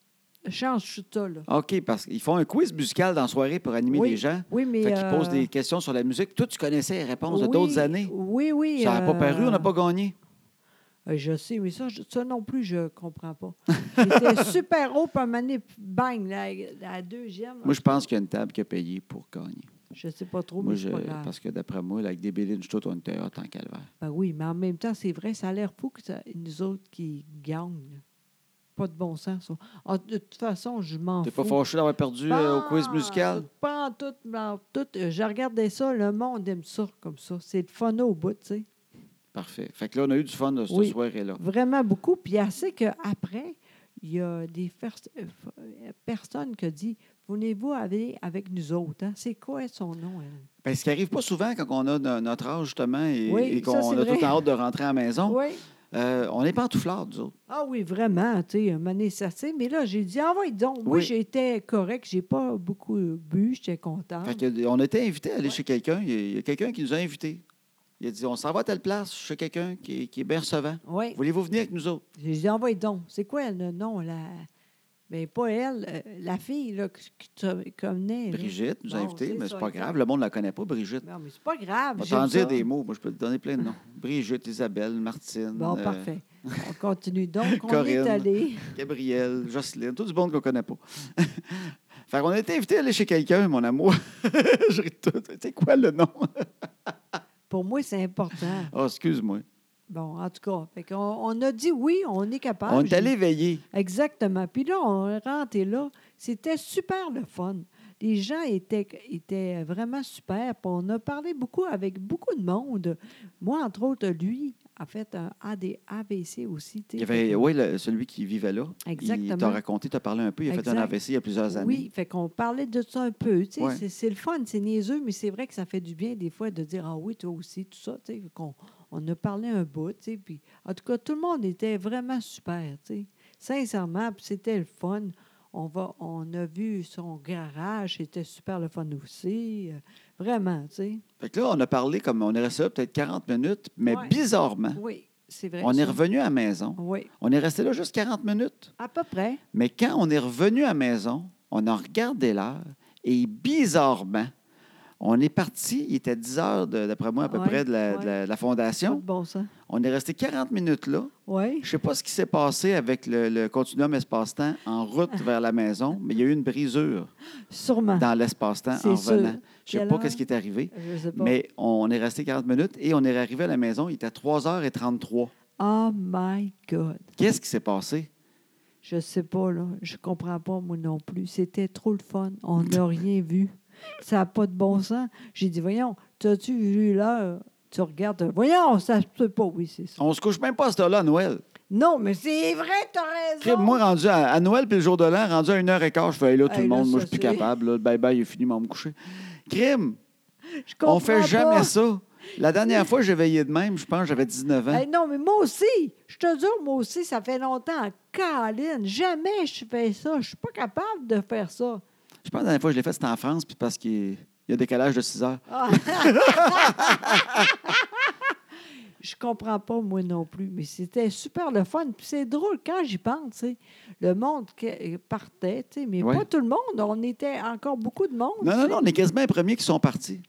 S2: change tout ça, là.
S1: OK, parce qu'ils font un quiz musical dans la soirée pour animer
S2: Oui.
S1: les gens.
S2: Oui, mais.
S1: Fait qu'ils posent
S2: euh,
S1: des questions sur la musique. Toi, tu connaissais les réponses de
S2: oui,
S1: d'autres années.
S2: Oui, oui.
S1: Ça n'a pas
S2: euh,
S1: paru, on n'a pas gagné.
S2: Euh, Je sais, mais ça, je- ça non plus, je ne comprends pas. C'était super haut, puis un moment donné, puis bang, la, la deuxième.
S1: Moi, je pense qu'il y a une table qui a payé pour gagner.
S2: je ne sais pas trop,
S1: Moi,
S2: mais c'est
S1: je,
S2: pas grave.
S1: parce que d'après moi, là, avec des bélines, tout, on était hot en calvaire.
S2: Ben oui, mais en même temps, c'est vrai, ça a l'air fou que ça- nous autres qui gagnent. Pas de bon sens. ça. Ah, de toute façon, je m'en
S1: T'es
S2: fous.
S1: pas fâché d'avoir perdu euh, au
S2: Bah!
S1: quiz musical?
S2: Pas en tout, en tout. Euh, Je regardais ça, le monde aime ça comme ça. C'est le fun au bout, tu sais.
S1: Parfait. Fait que là, on a eu du fun de cette
S2: Oui.
S1: soirée-là.
S2: Vraiment beaucoup. Puis elle sait qu'après, il y a des fers- euh, f- euh, personnes qui disent Voulez-vous aller avec nous autres hein? C'est quoi son nom elle?
S1: Ben, ce qui n'arrive pas souvent quand on a no- notre âge, justement, et,
S2: Oui,
S1: et
S2: ça,
S1: qu'on
S2: c'est
S1: a
S2: vrai.
S1: tout en hâte de rentrer à la maison,
S2: Oui.
S1: euh, on est pantouflards, nous autres.
S2: Ah oui, vraiment, tu sais, un moment donné, ça c'est. Mais là, j'ai dit Envoie donc. Moi,
S1: Oui.
S2: j'étais correct, j'ai pas beaucoup euh, bu, j'étais contente.
S1: Fait que, on était invités à aller chez quelqu'un. Il y a- il y a, quelqu'un qui nous a invités. Il a dit On s'en va à telle place chez quelqu'un qui, est- qui est bien recevant.
S2: Oui.
S1: Voulez-vous venir avec nous autres?
S2: J'ai dit Envoie donc. C'est quoi le nom la... Mais pas elle, euh, la fille là, qui qui te connaît. là.
S1: Brigitte nous a
S2: Bon,
S1: invités,
S2: c'est
S1: mais
S2: ça,
S1: c'est pas
S2: exact.
S1: grave. Le monde ne la connaît pas, Brigitte.
S2: Non, mais c'est pas grave.
S1: On va
S2: j'aime
S1: t'en dire
S2: ça.
S1: des mots. Moi, je peux te donner plein de noms. Brigitte, Isabelle, Martine,
S2: Bon,
S1: euh,
S2: parfait. On continue. Donc, on
S1: Corinne.
S2: est allé.
S1: Gabrielle, Jocelyne, tout du monde qu'on ne connaît pas. fait qu'on a été invités à aller chez quelqu'un, mon amour. je ris de tout. C'est quoi le nom?
S2: Pour moi, c'est important.
S1: oh, excuse-moi.
S2: Bon, en tout cas, fait qu'on- on, a dit oui, on est capable.
S1: on est allé veiller.
S2: Exactement. Puis là, on rentre et là, c'était super le fun. Les gens étaient, étaient vraiment super. Puis on a parlé beaucoup avec beaucoup de monde. Moi, entre autres, lui a fait un AD, AVC aussi. tu sais.
S1: Il y avait, oui, le- celui qui vivait là. Il t'a
S2: Exactement.
S1: raconté, t'a parlé un peu. Il a fait
S2: Exact.
S1: un AVC il y a plusieurs années.
S2: Oui, fait qu'on parlait de ça un peu. tu sais,
S1: Ouais.
S2: C'est, c'est le fun, c'est niaiseux, mais c'est vrai que ça fait du bien des fois de dire Ah oui, toi aussi, tout ça. tu sais, qu'on, on a parlé un bout. tu sais, Puis, en tout cas, tout le monde était vraiment super. tu sais. Sincèrement, puis c'était le fun. On, va, on a vu son garage, c'était super le fun aussi. euh, Vraiment, tu sais.
S1: Fait que là, on a parlé comme on est resté là peut-être 40 minutes, mais
S2: Ouais.
S1: bizarrement,
S2: Oui, c'est vrai.
S1: on est
S2: ça.
S1: revenu à la maison.
S2: Oui,
S1: On est resté là juste 40 minutes.
S2: à peu près.
S1: Mais quand on est revenu à la maison, on a regardé l'heure et bizarrement, on est parti. Il était 10 heures, de- d'après moi, à peu
S2: Ouais,
S1: près de la, de la- de la
S2: Pas de
S1: fondation.
S2: bon sens.
S1: On est resté 40 minutes là.
S2: Oui.
S1: Je sais pas ce qui s'est passé avec le, le continuum espace-temps en route
S2: Ah.
S1: vers la maison, mais il y a eu une brisure
S2: Sûrement.
S1: dans l'espace-temps
S2: Ah. C'est
S1: en
S2: sûr.
S1: revenant. Je sais
S2: Quelle
S1: pas
S2: heure?
S1: ce qui est arrivé.
S2: Je sais pas.
S1: Mais on est resté 40 minutes et on est arrivé à la maison, il était 3h33.
S2: Oh my God.
S1: Qu'est-ce qui s'est passé?
S2: Je sais pas, là. Je comprends pas, moi non plus. C'était trop le fun. On n'a rien vu. Ça n'a pas de bon sens. J'ai dit, voyons, t'as-tu vu l'heure? Tu regardes, euh, voyons, ça se peut pas. Oui, c'est ça.
S1: On se couche même pas à cette heure-là à Noël.
S2: Non, mais c'est vrai, t'as
S1: Crime,
S2: raison.
S1: moi, rendu à, à Noël puis le jour de l'an, rendu à 1h15, je fais Hey, là, tout
S2: Hey,
S1: le
S2: là,
S1: monde, moi,
S2: ça,
S1: je suis plus
S2: c'est-
S1: capable. là, le bye-bye, il est fini, moi, on va me coucher. Crime,
S2: Je
S1: on fait
S2: comprends
S1: jamais
S2: pas.
S1: ça. hein. La dernière fois, j'ai veillé de même, je pense, j'avais 19 ans.
S2: Eh, non, mais moi aussi, je te jure, moi aussi, ça fait longtemps. Caroline, jamais je fais ça. Je suis pas capable de faire ça.
S1: Je pense que la dernière fois que je l'ai fait, c'était en France, puis parce qu'il y a un décalage de 6 heures.
S2: Ah! Je comprends pas, moi non plus, mais c'était super le fun. Puis c'est drôle quand j'y pense. tu sais. Le monde que- partait, tu sais, mais
S1: Ouais.
S2: pas tout le monde. On était encore beaucoup de monde.
S1: Non,
S2: tu
S1: non,
S2: sais.
S1: non, on est quasiment les premiers qui sont partis.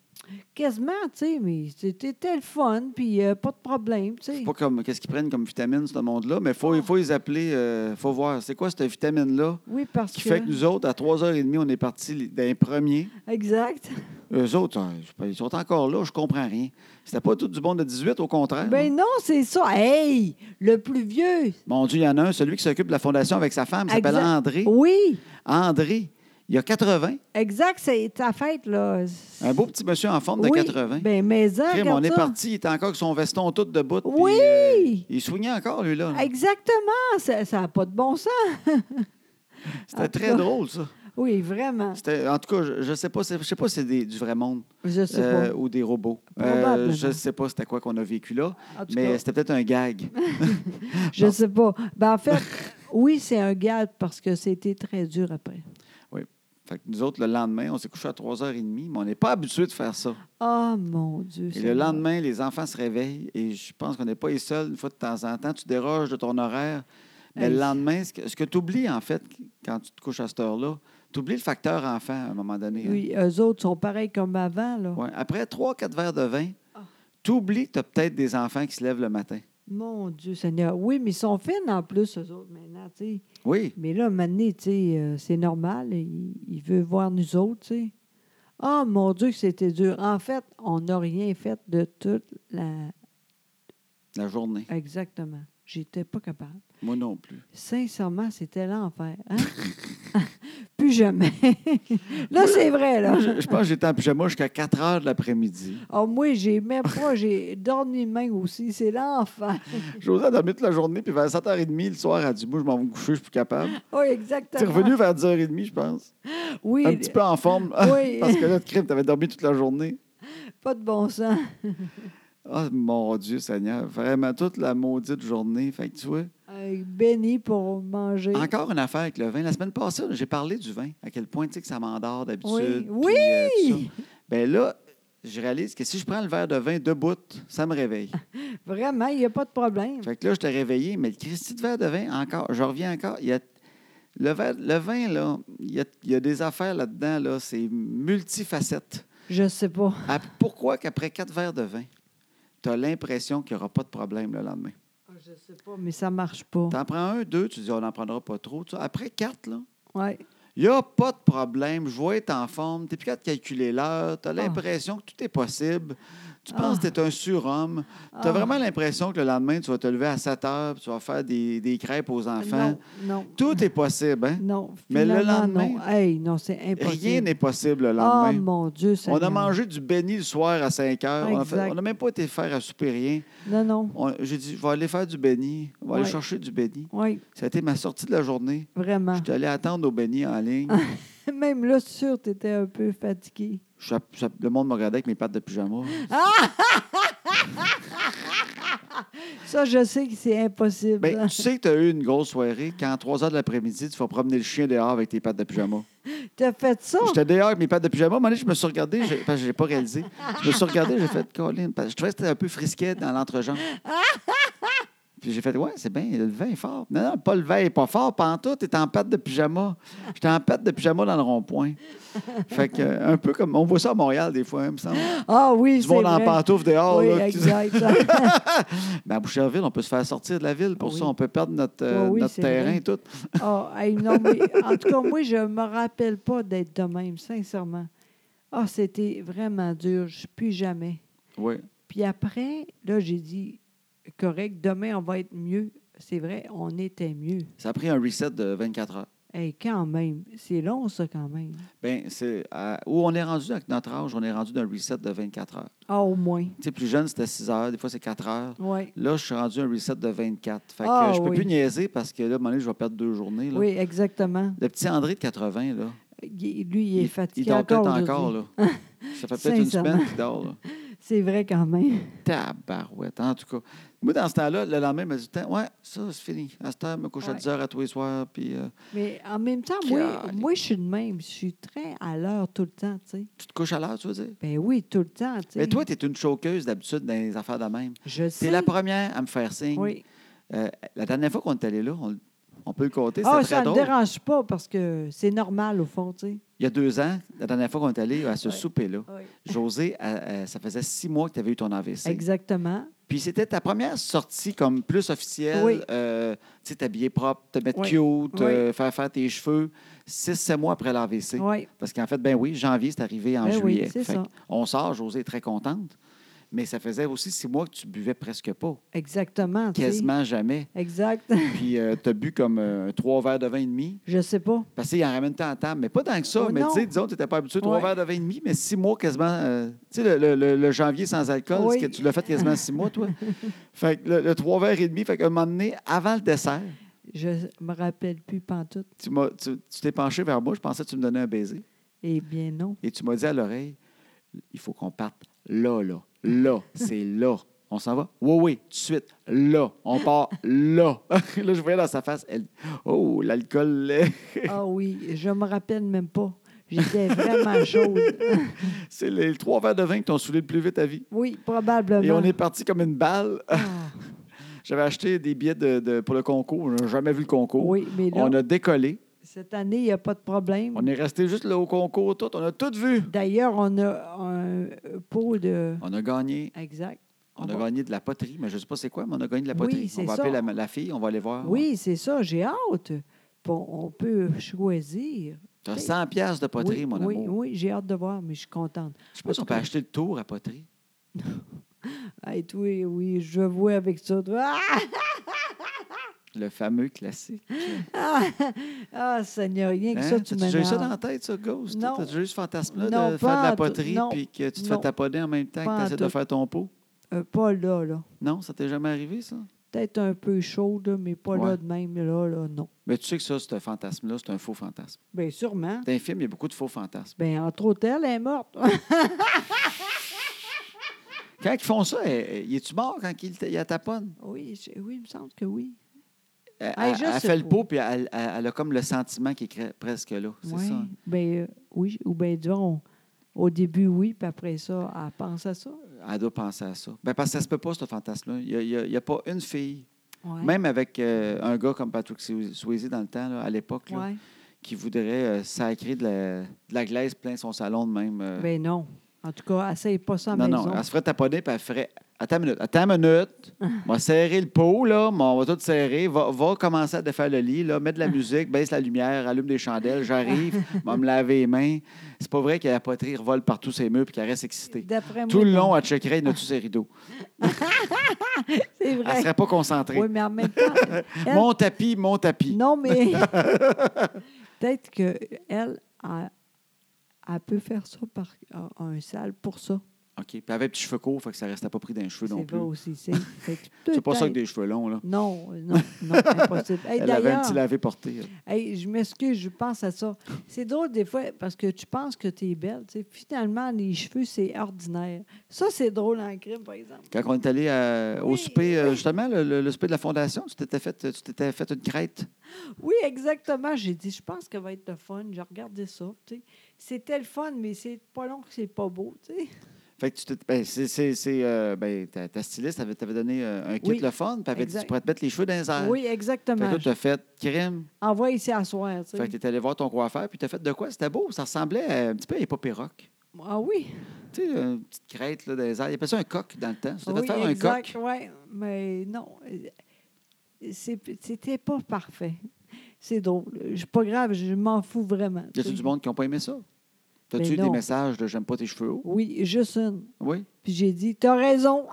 S2: Quasiment, tu sais, mais c'était le fun, puis euh, pas de problème, tu sais.
S1: C'est pas comme qu'est-ce qu'ils prennent comme vitamine, ce monde-là, mais il faut, faut les appeler, il faut voir. C'est quoi cette vitamine-là
S2: Oui, parce
S1: qui
S2: que...
S1: fait que nous autres, à 3h30, on est partis d'un premier.
S2: Exact.
S1: Eux autres, hein, je sais pas, ils sont encore là, je comprends rien. C'était pas tout du bon de 18, au contraire.
S2: Ben non, c'est ça. Hey, le plus vieux.
S1: Mon Dieu, il y en a un, celui qui s'occupe de la fondation avec sa femme, il s'appelle
S2: Exact. Oh.
S1: André.
S2: Oui,
S1: André, il a 80,
S2: exact, c'est ta fête, là.
S1: un beau petit monsieur en forme de
S2: Oui,
S1: 80.
S2: Ben, mais hein,
S1: Crime,
S2: regarde
S1: on est
S2: ça.
S1: parti, il était encore avec son veston tout de bout. puis,
S2: Oui!
S1: euh, il soignait encore, lui, là.
S2: Ah, Exactement, ça n'a pas de bon sens. en
S1: C'était
S2: tout
S1: très
S2: cas.
S1: drôle, ça.
S2: Oui, vraiment.
S1: C'était- En tout cas, je, je sais pas, c'est- je sais pas si c'est des- du vrai monde
S2: Je sais
S1: euh, ou des robots. Euh,
S2: Probablement.
S1: je sais pas c'était quoi qu'on a vécu là,
S2: pas. En tout
S1: mais
S2: cas,
S1: c'était peut-être un gag.
S2: je
S1: bon.
S2: sais pas. Ben, en fait, oui, c'est un gag parce que c'était très dur après.
S1: Fait que nous autres, le lendemain, on s'est couché à 3h30, mais on n'est pas habitué de faire ça.
S2: Oh mon Dieu.
S1: Et le
S2: Seigneur.
S1: lendemain, les enfants se réveillent et je pense qu'on n'est pas les seuls. Une fois de temps en temps, tu déroges de ton horaire. Mais
S2: Hey.
S1: le lendemain, ce que, tu oublies, en fait, quand tu te couches à cette heure-là, tu oublies le facteur enfant à un moment donné. hein.
S2: Oui, eux autres sont pareils comme avant, là.
S1: Ouais. Après trois, quatre verres de vin,
S2: Ah.
S1: tu oublies que tu as peut-être des enfants qui se lèvent le matin.
S2: Mon Dieu Seigneur. Oui, mais ils sont fines en plus, eux autres, maintenant, tu sais.
S1: Oui.
S2: Mais là, maintenant, tu sais, euh, c'est normal. Il, il veut voir nous autres, tu sais. Ah, mon Dieu, que c'était dur. En fait, on n'a rien fait de toute la...
S1: La journée.
S2: Exactement. J'étais pas capable.
S1: Moi non plus.
S2: Sincèrement, c'était l'enfer. hein? Plus jamais. là, c'est vrai, là.
S1: Je, je pense que j'étais en pyjama jusqu'à 4 heures de l'après-midi.
S2: Ah, moi, j'ai même pas, j'ai dormi même aussi. C'est l'enfer.
S1: José a dormi toute la journée, puis vers 7h30 le soir, elle a dit Moi, je m'en vais me coucher, je suis plus capable.
S2: Oui,
S1: T'es
S2: exactement.
S1: revenu vers 10h30, je pense.
S2: Oui,
S1: Un petit peu en forme.
S2: Oui.
S1: Parce que là, de crime, t'avais dormi toute la journée.
S2: pas de bon sens.
S1: Ah, mon Dieu, Seigneur. Vraiment, toute la maudite journée. Fait que tu vois.
S2: Avec Benny pour manger.
S1: Encore une affaire avec le vin. La semaine passée, j'ai parlé du vin, à quel point tu sais que ça m'endort d'habitude.
S2: Oui.
S1: puis, euh, tout
S2: Oui.
S1: ça. Ben là, je réalise que si je prends le verre de vin debout, ça me réveille.
S2: Vraiment, il n'y a pas de problème.
S1: Fait que là, je t'ai réveillé, mais le Christy de verre de vin, encore, je reviens encore. Il y a, le, verre- le vin, là, il y a, il y a des affaires là-dedans, là, c'est multifacette.
S2: Je sais pas.
S1: À- Ah, pourquoi qu'après quatre verres de vin, tu as l'impression qu'il n'y aura pas de problème le lendemain?
S2: Ah, Je sais pas, mais ça marche pas.
S1: T'en prends un, deux, tu dis on n'en prendra pas trop. tu sais. Après quatre, là,
S2: Ouais.
S1: il n'y a pas de problème, je vais être en forme, tu n'es plus capable de calculer l'heure,
S2: Ah.
S1: tu as l'impression que tout est possible, tu penses que tu es un surhomme, tu as
S2: Ah.
S1: vraiment l'impression que le lendemain, tu vas te lever à 7 heures, puis tu vas faire des, des crêpes aux enfants.
S2: Non, non.
S1: Tout est possible, hein?
S2: Non,
S1: Mais le
S2: finalement,
S1: lendemain,
S2: non. Hey, non, c'est impossible.
S1: Rien n'est possible le
S2: Ah,
S1: lendemain.
S2: mon Dieu, ça.
S1: on a mangé du béni le soir à 5 heures. On a fait-
S2: Exact.
S1: On n'a même pas été faire à souper rien.
S2: Non, non.
S1: On- J'ai dit, je vais aller faire du béni. On va aller
S2: Ouais.
S1: chercher du béni.
S2: Oui,
S1: Ça a été ma sortie de la journée.
S2: vraiment.
S1: Je suis allé attendre au béni en ligne.
S2: Même là, sûr, tu étais un peu fatigué.
S1: Je- je- le monde me regardait avec mes pattes de pyjama.
S2: Ça, je sais que c'est impossible. hein.
S1: Ben, tu sais que tu as eu une grosse soirée quand à 3 heures de l'après-midi, tu vas promener le chien dehors avec tes pattes de pyjama.
S2: T'as fait ça?
S1: J'étais dehors avec mes pattes de pyjama. À un moment donné, je me suis regardé, je, parce que je pas réalisé. Je me suis regardé, j'ai fait Colin. parce que Je trouvais que c'était un peu frisquet dans l'entrejambe. Puis j'ai fait Ouais, c'est bien, le vin est fort. Non, non, pas le vin est pas fort. Pantoute, t'es en pattes de pyjama. J'étais en pattes de pyjama dans le rond-point. Fait que, euh, un peu comme. On voit ça à Montréal des fois, hein, il me semble.
S2: Ah oui,
S1: Du
S2: c'est
S1: monde en
S2: vrai.
S1: pantoufle dehors.
S2: oui,
S1: là, qui-
S2: exact.
S1: Ben, à Boucherville, on peut se faire sortir de la ville. Pour
S2: Oui.
S1: ça, on peut perdre notre, euh,
S2: Oui, oui,
S1: notre
S2: c'est
S1: terrain
S2: vrai.
S1: et tout.
S2: Ah, hey, non, mais en tout cas, moi, je me rappelle pas d'être de même, sincèrement. Ah, c'était vraiment dur. Je puis jamais.
S1: Oui.
S2: Puis après, là, j'ai dit, correct, demain, on va être mieux. C'est vrai, on était mieux.
S1: Ça a pris un reset de 24 heures.
S2: Hey, quand même, c'est long, ça, quand même.
S1: Ben, c'est à- où on est rendu avec notre âge, on est rendu d'un reset de 24 heures.
S2: Ah, au moins.
S1: Tu sais, plus jeune, c'était 6 heures, des fois c'est 4 heures.
S2: Oui.
S1: Là, je suis rendu un reset de 24. Fait que
S2: Ah,
S1: euh, je peux
S2: oui.
S1: plus niaiser parce que là, à un moment donné, je vais perdre deux journées. là.
S2: Oui, exactement.
S1: Le petit André de 80, là,
S2: Il- lui, il est
S1: il,
S2: fatigué
S1: dort peut-être
S2: encore.
S1: encore.
S2: aujourd'hui.
S1: Là. Ça fait peut-être une
S2: Sincèrement.
S1: semaine qu'il dort. là.
S2: C'est vrai quand même.
S1: Tabarouette. En tout cas, moi, dans ce temps-là, le lendemain, il m'a dit Ouais, ça, c'est fini. À cette heure, je me couche à
S2: Ouais.
S1: 10 heures à tous les soirs. Puis euh,
S2: Mais en même temps, moi,
S1: Calé.
S2: moi, je suis de même. Je suis très à l'heure tout le temps, tu sais.
S1: tu te couches à l'heure, tu veux dire
S2: Ben oui, tout le temps, tu sais.
S1: Mais toi, tu es une choqueuse d'habitude dans les affaires de même.
S2: je
S1: Tu
S2: sais.
S1: es la première à me faire signe.
S2: Oui.
S1: Euh, la dernière fois qu'on est allé là, on, on peut le compter,
S2: Ah,
S1: c'est très
S2: ça ne me
S1: drôle.
S2: dérange pas parce que c'est normal au fond, tu sais.
S1: Il y a deux ans, la dernière fois qu'on est allé à ce
S2: Ouais.
S1: souper-là,
S2: Oui.
S1: José, euh, euh, ça faisait six mois que tu avais eu ton AVC.
S2: Exactement.
S1: Puis c'était ta première sortie comme plus officielle.
S2: Oui.
S1: euh, tu sais, t'habiller propre, te mettre
S2: Oui.
S1: cute, euh, faire faire tes cheveux. Six, sept mois après l'AVC.
S2: Oui.
S1: Parce qu'en fait, ben oui, janvier, c'est arrivé en
S2: Ben oui,
S1: juillet.
S2: c'est
S1: Fait
S2: ça.
S1: que On sort, Josée est très contente. Mais ça faisait aussi six mois que tu buvais presque pas,
S2: Exactement. tu sais.
S1: quasiment jamais.
S2: Exact.
S1: Puis tu as bu comme euh, trois verres de vin et demi.
S2: Je sais pas.
S1: Parce qu'il en ramène tant à table, mais pas tant que ça.
S2: Oh,
S1: mais
S2: non.
S1: tu sais, disons, tu n'étais pas habitué, trois
S2: Ouais.
S1: verres de vin et demi, mais six mois quasiment. euh, tu sais, le, le- le- le janvier sans alcool,
S2: Oui.
S1: ce que tu l'as fait quasiment six mois, toi. Fait que le, le trois verres et demi, fait qu'à un moment donné, avant le dessert,
S2: Je me rappelle plus pantoute.
S1: tu m'as- tu tu t'es penché vers moi, je pensais que tu me donnais un baiser.
S2: Eh bien non.
S1: Et tu m'as dit à l'oreille, il faut qu'on parte là, là, là, c'est là. On s'en va? Oui, oui, tout de suite, là. On part là. là, je voyais dans sa face, elle, oh, l'alcool. euh,
S2: Ah oui, je me rappelle même pas. J'étais vraiment chaude.
S1: c'est les trois verres de vin qui t'ont saoulé le plus vite à vie.
S2: Oui, probablement.
S1: Et on est parti comme une balle.
S2: Ah,
S1: J'avais acheté des billets de, de- pour le concours. On n'a jamais vu le concours.
S2: oui, mais là,
S1: on a décollé.
S2: cette année, il n'y a pas de problème.
S1: On est resté juste là au concours, tout. On a tout vu.
S2: D'ailleurs, on a un pot de.
S1: On a gagné.
S2: Exact.
S1: On,
S2: On
S1: a
S2: va-
S1: gagné de la poterie, mais je ne sais pas c'est quoi, mais on a gagné de la
S2: Ah Oui,
S1: poterie.
S2: c'est
S1: on va
S2: ça.
S1: appeler la, la fille, on va aller voir.
S2: Oui, c'est ça, j'ai hâte. Bon, On peut choisir.
S1: Tu as 100 piastres de poterie,
S2: oui,
S1: mon
S2: oui,
S1: amour.
S2: oui, j'ai hâte de voir, mais je suis contente.
S1: Je sais pas si on peut acheter le tour à poterie.
S2: Hey, oui, oui, je vois avec ça. Ah,
S1: Le fameux classique.
S2: ah, ah, Seigneur, rien que
S1: Hein?
S2: ça,
S1: T'as-tu
S2: tu
S1: déjà eu ça
S2: m'énerves.
S1: dans la tête, ça, Ghost?
S2: Non.
S1: T'as déjà eu ce fantasme-là
S2: Non,
S1: de
S2: pas
S1: faire de la
S2: en tout.
S1: poterie
S2: Non.
S1: puis que tu te
S2: Non.
S1: fais tapoter en même temps
S2: Pas
S1: que
S2: en
S1: tu essaies de
S2: tout.
S1: faire ton pot?
S2: Euh, pas là, là.
S1: Non, ça t'est jamais arrivé, ça?
S2: Peut-être un peu chaude, là, mais pas
S1: Ouais.
S2: là de même. Là, là, non.
S1: Mais tu sais que ça, ce fantasme-là, c'est un faux fantasme.
S2: Bien, Ben, sûrement.
S1: Dans les films, il y a beaucoup de faux fantasmes.
S2: Bien, Ben, entre autres, elle est morte. Ah,
S1: Quand ils font ça, eh, eh, il est-tu mort quand il, t- il la taponne?
S2: oui, je- oui, il me semble que oui.
S1: Elle,
S2: Ah,
S1: elle-
S2: je
S1: elle
S2: sais
S1: fait le
S2: pas.
S1: pot, puis elle, elle- elle a comme le sentiment qui est cre- presque là. C'est
S2: Ouais.
S1: ça. hein?
S2: Ben, euh, oui, ou bien, disons, au début, oui, puis après ça, elle pense à ça.
S1: Elle doit penser à ça. Ben, parce que ça se peut pas, ce fantasme-là. Il n'y a, pas une fille,
S2: Ouais.
S1: même avec euh, un gars comme Patrick Swayze- Swayze dans le temps, là, à l'époque, là,
S2: Ouais.
S1: qui voudrait euh, sacrer de la, de la glaise plein son salon de même. euh.
S2: Ben non. En tout cas, essaye pas ça à
S1: non,
S2: maison.
S1: non, elle se ferait taponner, puis elle ferait... Attends une minute, attends une minute. On va serrer le pot, là. mais On va tout serrer. Va, va commencer à défaire le lit, là. Mets de la musique, baisse la lumière, allume des chandelles. J'arrive, va me laver les mains. C'est pas vrai que la poterie revole partout ses murs puis qu'elle reste excitée.
S2: D'après moi,
S1: Tout le
S2: non.
S1: long, elle checkerait, il y en a-tu ses rideaux?
S2: c'est
S1: Elle
S2: vrai.
S1: serait pas concentrée.
S2: Oui, mais en même temps, elle-
S1: Mon tapis, mon tapis.
S2: non, mais peut-être qu'elle, elle, elle peut faire ça par un- un sale pour ça.
S1: OK. Puis elle avait des petits cheveux courts, fait que ça restait pas pris dans les cheveux non
S2: C'est
S1: plus.
S2: vrai aussi. C'est fait que
S1: C'est pas ça que
S2: peut-être-
S1: des cheveux longs, là.
S2: Non, non, non, impossible. Hey,
S1: Elle avait un
S2: D'ailleurs,
S1: petit lavé porté. elle.
S2: hey, je m'excuse, je pense à ça. C'est drôle des fois parce que tu penses que tu es belle. tu sais. Finalement, les cheveux, c'est ordinaire. Ça, c'est drôle en crime, par exemple.
S1: Quand on est allé à- au
S2: Oui,
S1: souper, euh, justement, le, le- le souper de la Fondation, tu t'étais fait, tu t'étais fait une crête.
S2: Oui, exactement. J'ai dit, je pense que va être le fun. J'ai regardé ça. tu sais. C'était le fun, mais c'est pas long que c'est pas beau. tu sais.
S1: Fait que tu t'es- ben, c'est, c'est- c'est, euh, ben, ta, ta styliste avait, t'avait donné euh, un kit
S2: Oui,
S1: le fun, puis avait dit
S2: exact.
S1: tu pourrais te mettre les cheveux dans les airs.
S2: Oui,
S1: Fait que
S2: exactement.
S1: là, tu as fait crème.
S2: Envoie ici à soir. tu sais.
S1: Fait que tu es allé voir ton coiffeur, puis tu as fait de quoi? C'était beau. Ça ressemblait à- un petit peu à Épopée Rock.
S2: Ah oui.
S1: Tu sais, une petite crête là, dans les airs. Il appelait ça un coq dans le temps. Tu t'es
S2: oui,
S1: fait faire un
S2: exact,
S1: coq.
S2: Oui, mais non. euh, c'est- C'était pas parfait. C'est drôle. C'est pas grave, je m'en fous vraiment.
S1: Y
S2: tu
S1: a-tu
S2: sais.
S1: du monde qui n'a pas aimé ça?
S2: Ben
S1: T'as-tu eu des
S2: non.
S1: messages de j'aime pas tes cheveux hauts?
S2: Oui, juste une.
S1: Oui.
S2: Puis j'ai dit, t'as raison.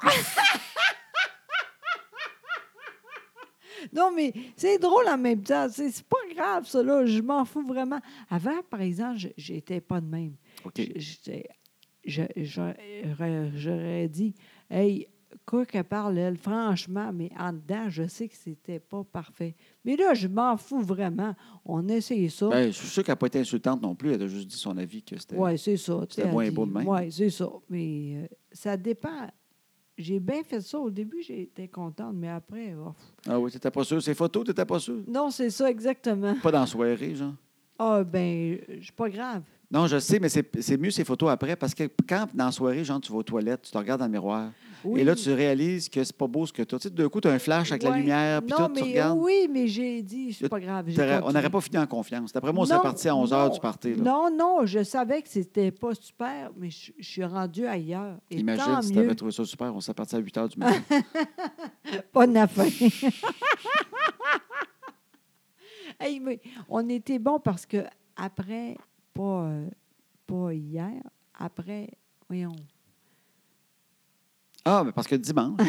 S2: non, mais c'est drôle en même temps. tu sais, C'est pas grave, ça, là. Je m'en fous vraiment. Avant, par exemple, je- j'étais pas de même.
S1: OK.
S2: J- j'étais- je- J'aurais j'aurais dit, hey, quoi qu'elle parle, elle, franchement, mais en dedans, je sais que c'était pas parfait. Mais là, je m'en fous vraiment. On essaye ça.
S1: Ben, je suis sûr qu'elle n'a pas été insultante non plus. Elle a juste dit son avis que c'était.
S2: oui, c'est ça. tu sais,
S1: euh, c'était
S2: elle
S1: moins
S2: dit,
S1: beau de même.
S2: Ouais, c'est ça. Mais euh, ça dépend. J'ai bien fait ça. Au début, j'étais contente, mais après, oh.
S1: Ah oui, t'étais pas sûr. Ces photos, t'étais pas sûr.
S2: non, c'est ça exactement.
S1: Pas dans la soirée, genre.
S2: Ah, ben, c'est pas grave.
S1: Non, je sais, mais c'est c'est mieux ces photos après parce que quand dans la soirée, genre, tu vas aux toilettes, tu te regardes dans le miroir
S2: Oui.
S1: et là, tu réalises que c'est pas beau ce que tu as. Tu sais, d'un coup, tu as un flash avec la
S2: Ouais.
S1: lumière, puis
S2: non,
S1: tout,
S2: mais,
S1: tu regardes.
S2: Oui, mais j'ai dit, c'est pas grave. j'ai
S1: T'aurais- On
S2: continué.
S1: n'aurait pas fini en confiance. D'après moi, on serait
S2: Non,
S1: parti à 11 h
S2: non.
S1: du parti. là.
S2: Non, non, je savais que c'était pas super, mais je, je suis rendue ailleurs. Et
S1: Imagine
S2: tant
S1: si tu
S2: mieux,
S1: avais trouvé ça super, on serait parti à 8 h du matin.
S2: pas de la fin. Hey, mais on était bon parce que après, pas, euh, pas hier, après, voyons.
S1: ah, mais parce que dimanche.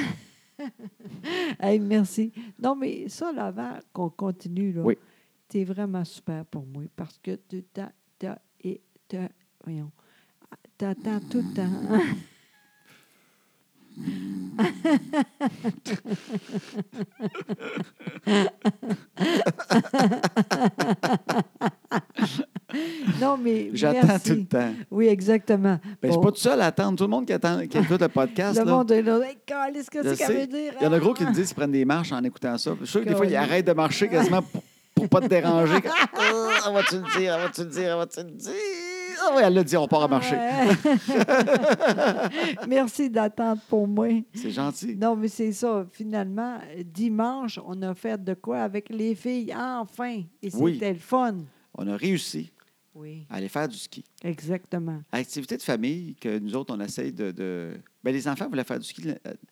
S2: Hey, merci. Non, mais ça, là, avant qu'on continue, là,
S1: Oui.
S2: tu es vraiment super pour moi parce que tu t'as, t'as- et t'as- voyons, t'attends tout le temps. hein? non, mais
S1: J'attends
S2: merci.
S1: tout le temps.
S2: Oui, exactement.
S1: Ben, Je suis
S2: Bon,
S1: pas tout seul à attendre. Tout le monde qui, attend, qui écoute le podcast.
S2: le
S1: là.
S2: monde est là. Hey, câlisse, qu'est-ce
S1: Je
S2: que ça
S1: sais.
S2: veut dire?
S1: Il y en a gros qui
S2: Ah!
S1: me disent qu'ils prennent des marches en écoutant ça. Je suis sûr que des fois, ils
S2: Colin.
S1: arrêtent de marcher quasiment pour, pour pas te déranger. Comme, Ah, on va-tu le dire? On va-tu le dire? On va-tu le dire? Ah oui, elle l'a dit, on part à marcher.
S2: Ouais. Merci d'attendre pour moi.
S1: C'est gentil.
S2: Non, mais c'est ça. Finalement, dimanche, on a fait de quoi avec les filles, enfin. Et c'était
S1: Oui.
S2: le fun.
S1: On a réussi
S2: Oui.
S1: à aller faire du ski.
S2: Exactement.
S1: Activité de famille que nous autres, on essaye de. de... Ben, les enfants voulaient faire du ski.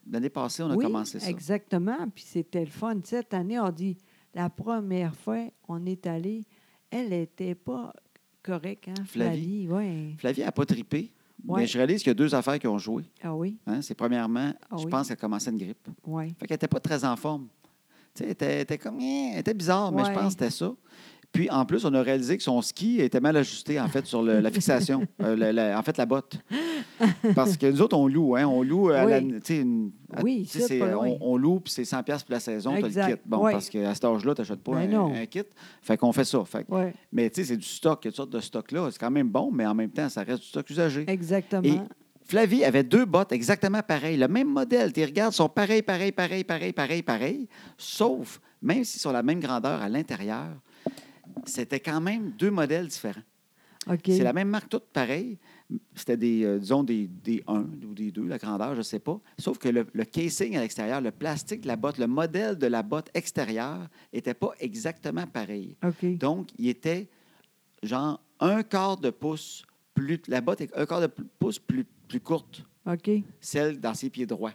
S1: L'année passée, on a
S2: oui,
S1: commencé ça.
S2: Exactement. Puis c'était le fun. Cette année, on dit la première fois, on est allé. Elle n'était pas correcte, hein?
S1: Flavie.
S2: Flavie, ouais.
S1: Flavie n'a pas trippé,
S2: Ouais.
S1: mais je réalise qu'il y a deux affaires qui ont joué.
S2: Ah oui,
S1: hein. C'est premièrement,
S2: Ah
S1: je
S2: oui.
S1: pense qu'elle commençait une grippe.
S2: oui.
S1: Fait qu'elle n'était pas très en forme. Tu sais, elle était, elle était comme. eh, Elle était bizarre, mais je
S2: Ouais.
S1: pense que c'était ça. Puis, en plus, on a réalisé que son ski était mal ajusté, en fait, sur le- la fixation. Euh, la- la- en fait, la botte. Parce que nous autres, on loue, hein. On loue à la-
S2: Oui.
S1: tu sais, une- à-
S2: Oui,
S1: tu sais,
S2: c'est
S1: c'est-
S2: pas loin.
S1: on, on loue, puis c'est 100$ piastres pour la saison, tu le
S2: Exact.
S1: kit. Bon,
S2: Ouais.
S1: parce qu'à cet âge-là, tu n'achètes pas
S2: Ben
S1: un,
S2: non.
S1: un kit. Fait qu'on fait ça. Fait que-
S2: Ouais,
S1: Mais tu sais, c'est du stock, il y a toutes sortes de stock-là. C'est quand même bon, mais en même temps, ça reste du stock usagé. Et
S2: exactement.
S1: Flavie avait deux bottes exactement pareilles, le même modèle. Tu les regardes, sont pareils, pareils, pareils, pareils, pareils, pareils. Sauf, même s'ils sont la même grandeur à l'intérieur, c'était quand même deux modèles différents.
S2: OK.
S1: C'est la même marque, toutes pareilles. C'était des, euh, disons, des, des 1 ou des 2, la grandeur, je ne sais pas. Sauf que le, le casing à l'extérieur, le plastique de la botte, le modèle de la botte extérieure n'était pas exactement pareil.
S2: OK.
S1: Donc, il était genre un quart de pouce plus. La botte est un quart de pouce plus, plus courte,
S2: OK.
S1: celle dans ses pieds droits.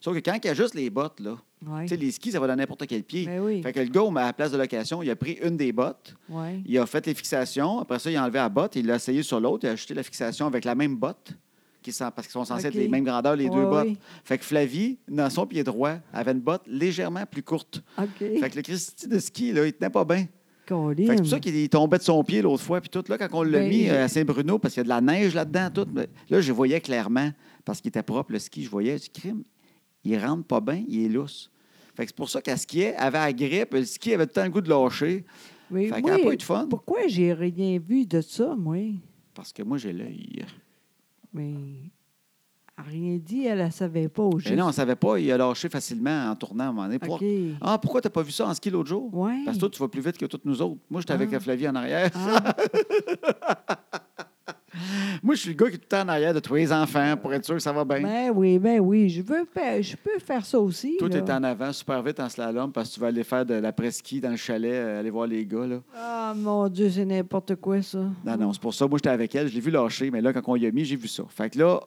S1: Sauf que quand il y a juste les bottes, là,
S2: Ouais.
S1: tu sais, les skis, ça va dans n'importe quel pied.
S2: Ben oui.
S1: Fait que le gars, à la place de location, il a pris une des bottes,
S2: Ouais.
S1: il a fait les fixations, après ça, il a enlevé la botte, il l'a essayé sur l'autre, il a ajouté la fixation avec la même botte, qui sont, parce qu'ils sont censés
S2: OK.
S1: être les mêmes grandeurs, les
S2: Ouais,
S1: deux bottes.
S2: oui.
S1: Fait que Flavie, dans son pied droit, avait une botte légèrement plus courte.
S2: OK.
S1: Fait que le Christy de ski, là, il tenait pas bien. Fait que
S2: Colin.
S1: c'est pour ça qu'il tombait de son pied l'autre fois. Puis tout, là, quand on l'a
S2: Ben,
S1: mis
S2: il-
S1: euh, à Saint-Bruno, parce qu'il y a de la neige là-dedans, tout. mais Là, je voyais clairement, parce qu'il était propre, le ski, je voyais, du crime, il rentre pas bien, il est lousse. Fait que c'est pour ça qu'elle skiait, elle avait la grippe, le ski avait tout le temps le goût de lâcher.
S2: Mais
S1: Fait qu'elle
S2: moi,
S1: n'a pas eu de fun.
S2: Pourquoi j'ai rien vu de ça, moi?
S1: Parce que moi, j'ai l'œil.
S2: Mais elle a rien dit, elle ne savait pas au
S1: Mais
S2: juste.
S1: là, on savait pas, il a lâché facilement en tournant à un moment donné. Pourquoi-
S2: OK.
S1: Ah, pourquoi t'as pas vu ça en ski l'autre jour?
S2: Ouais.
S1: Parce que toi, tu vas plus vite que toutes nous autres. Moi, j'étais avec
S2: Ah.
S1: Flavie en arrière.
S2: Ah,
S1: Moi, je suis le gars qui est tout le temps en arrière de tous les enfants pour être sûr que ça va bien.
S2: ben oui, ben oui, je veux faire, je peux faire ça aussi.
S1: Toi,
S2: là.
S1: t'es en avant, super vite en slalom, parce que tu vas aller faire de la presqu'île dans le chalet, euh, aller voir les gars. Là.
S2: Ah mon Dieu, c'est n'importe quoi ça.
S1: Non, non, c'est pour ça. Moi, j'étais avec elle, je l'ai vu lâcher, mais là, quand on y a mis, j'ai vu ça. Fait que là,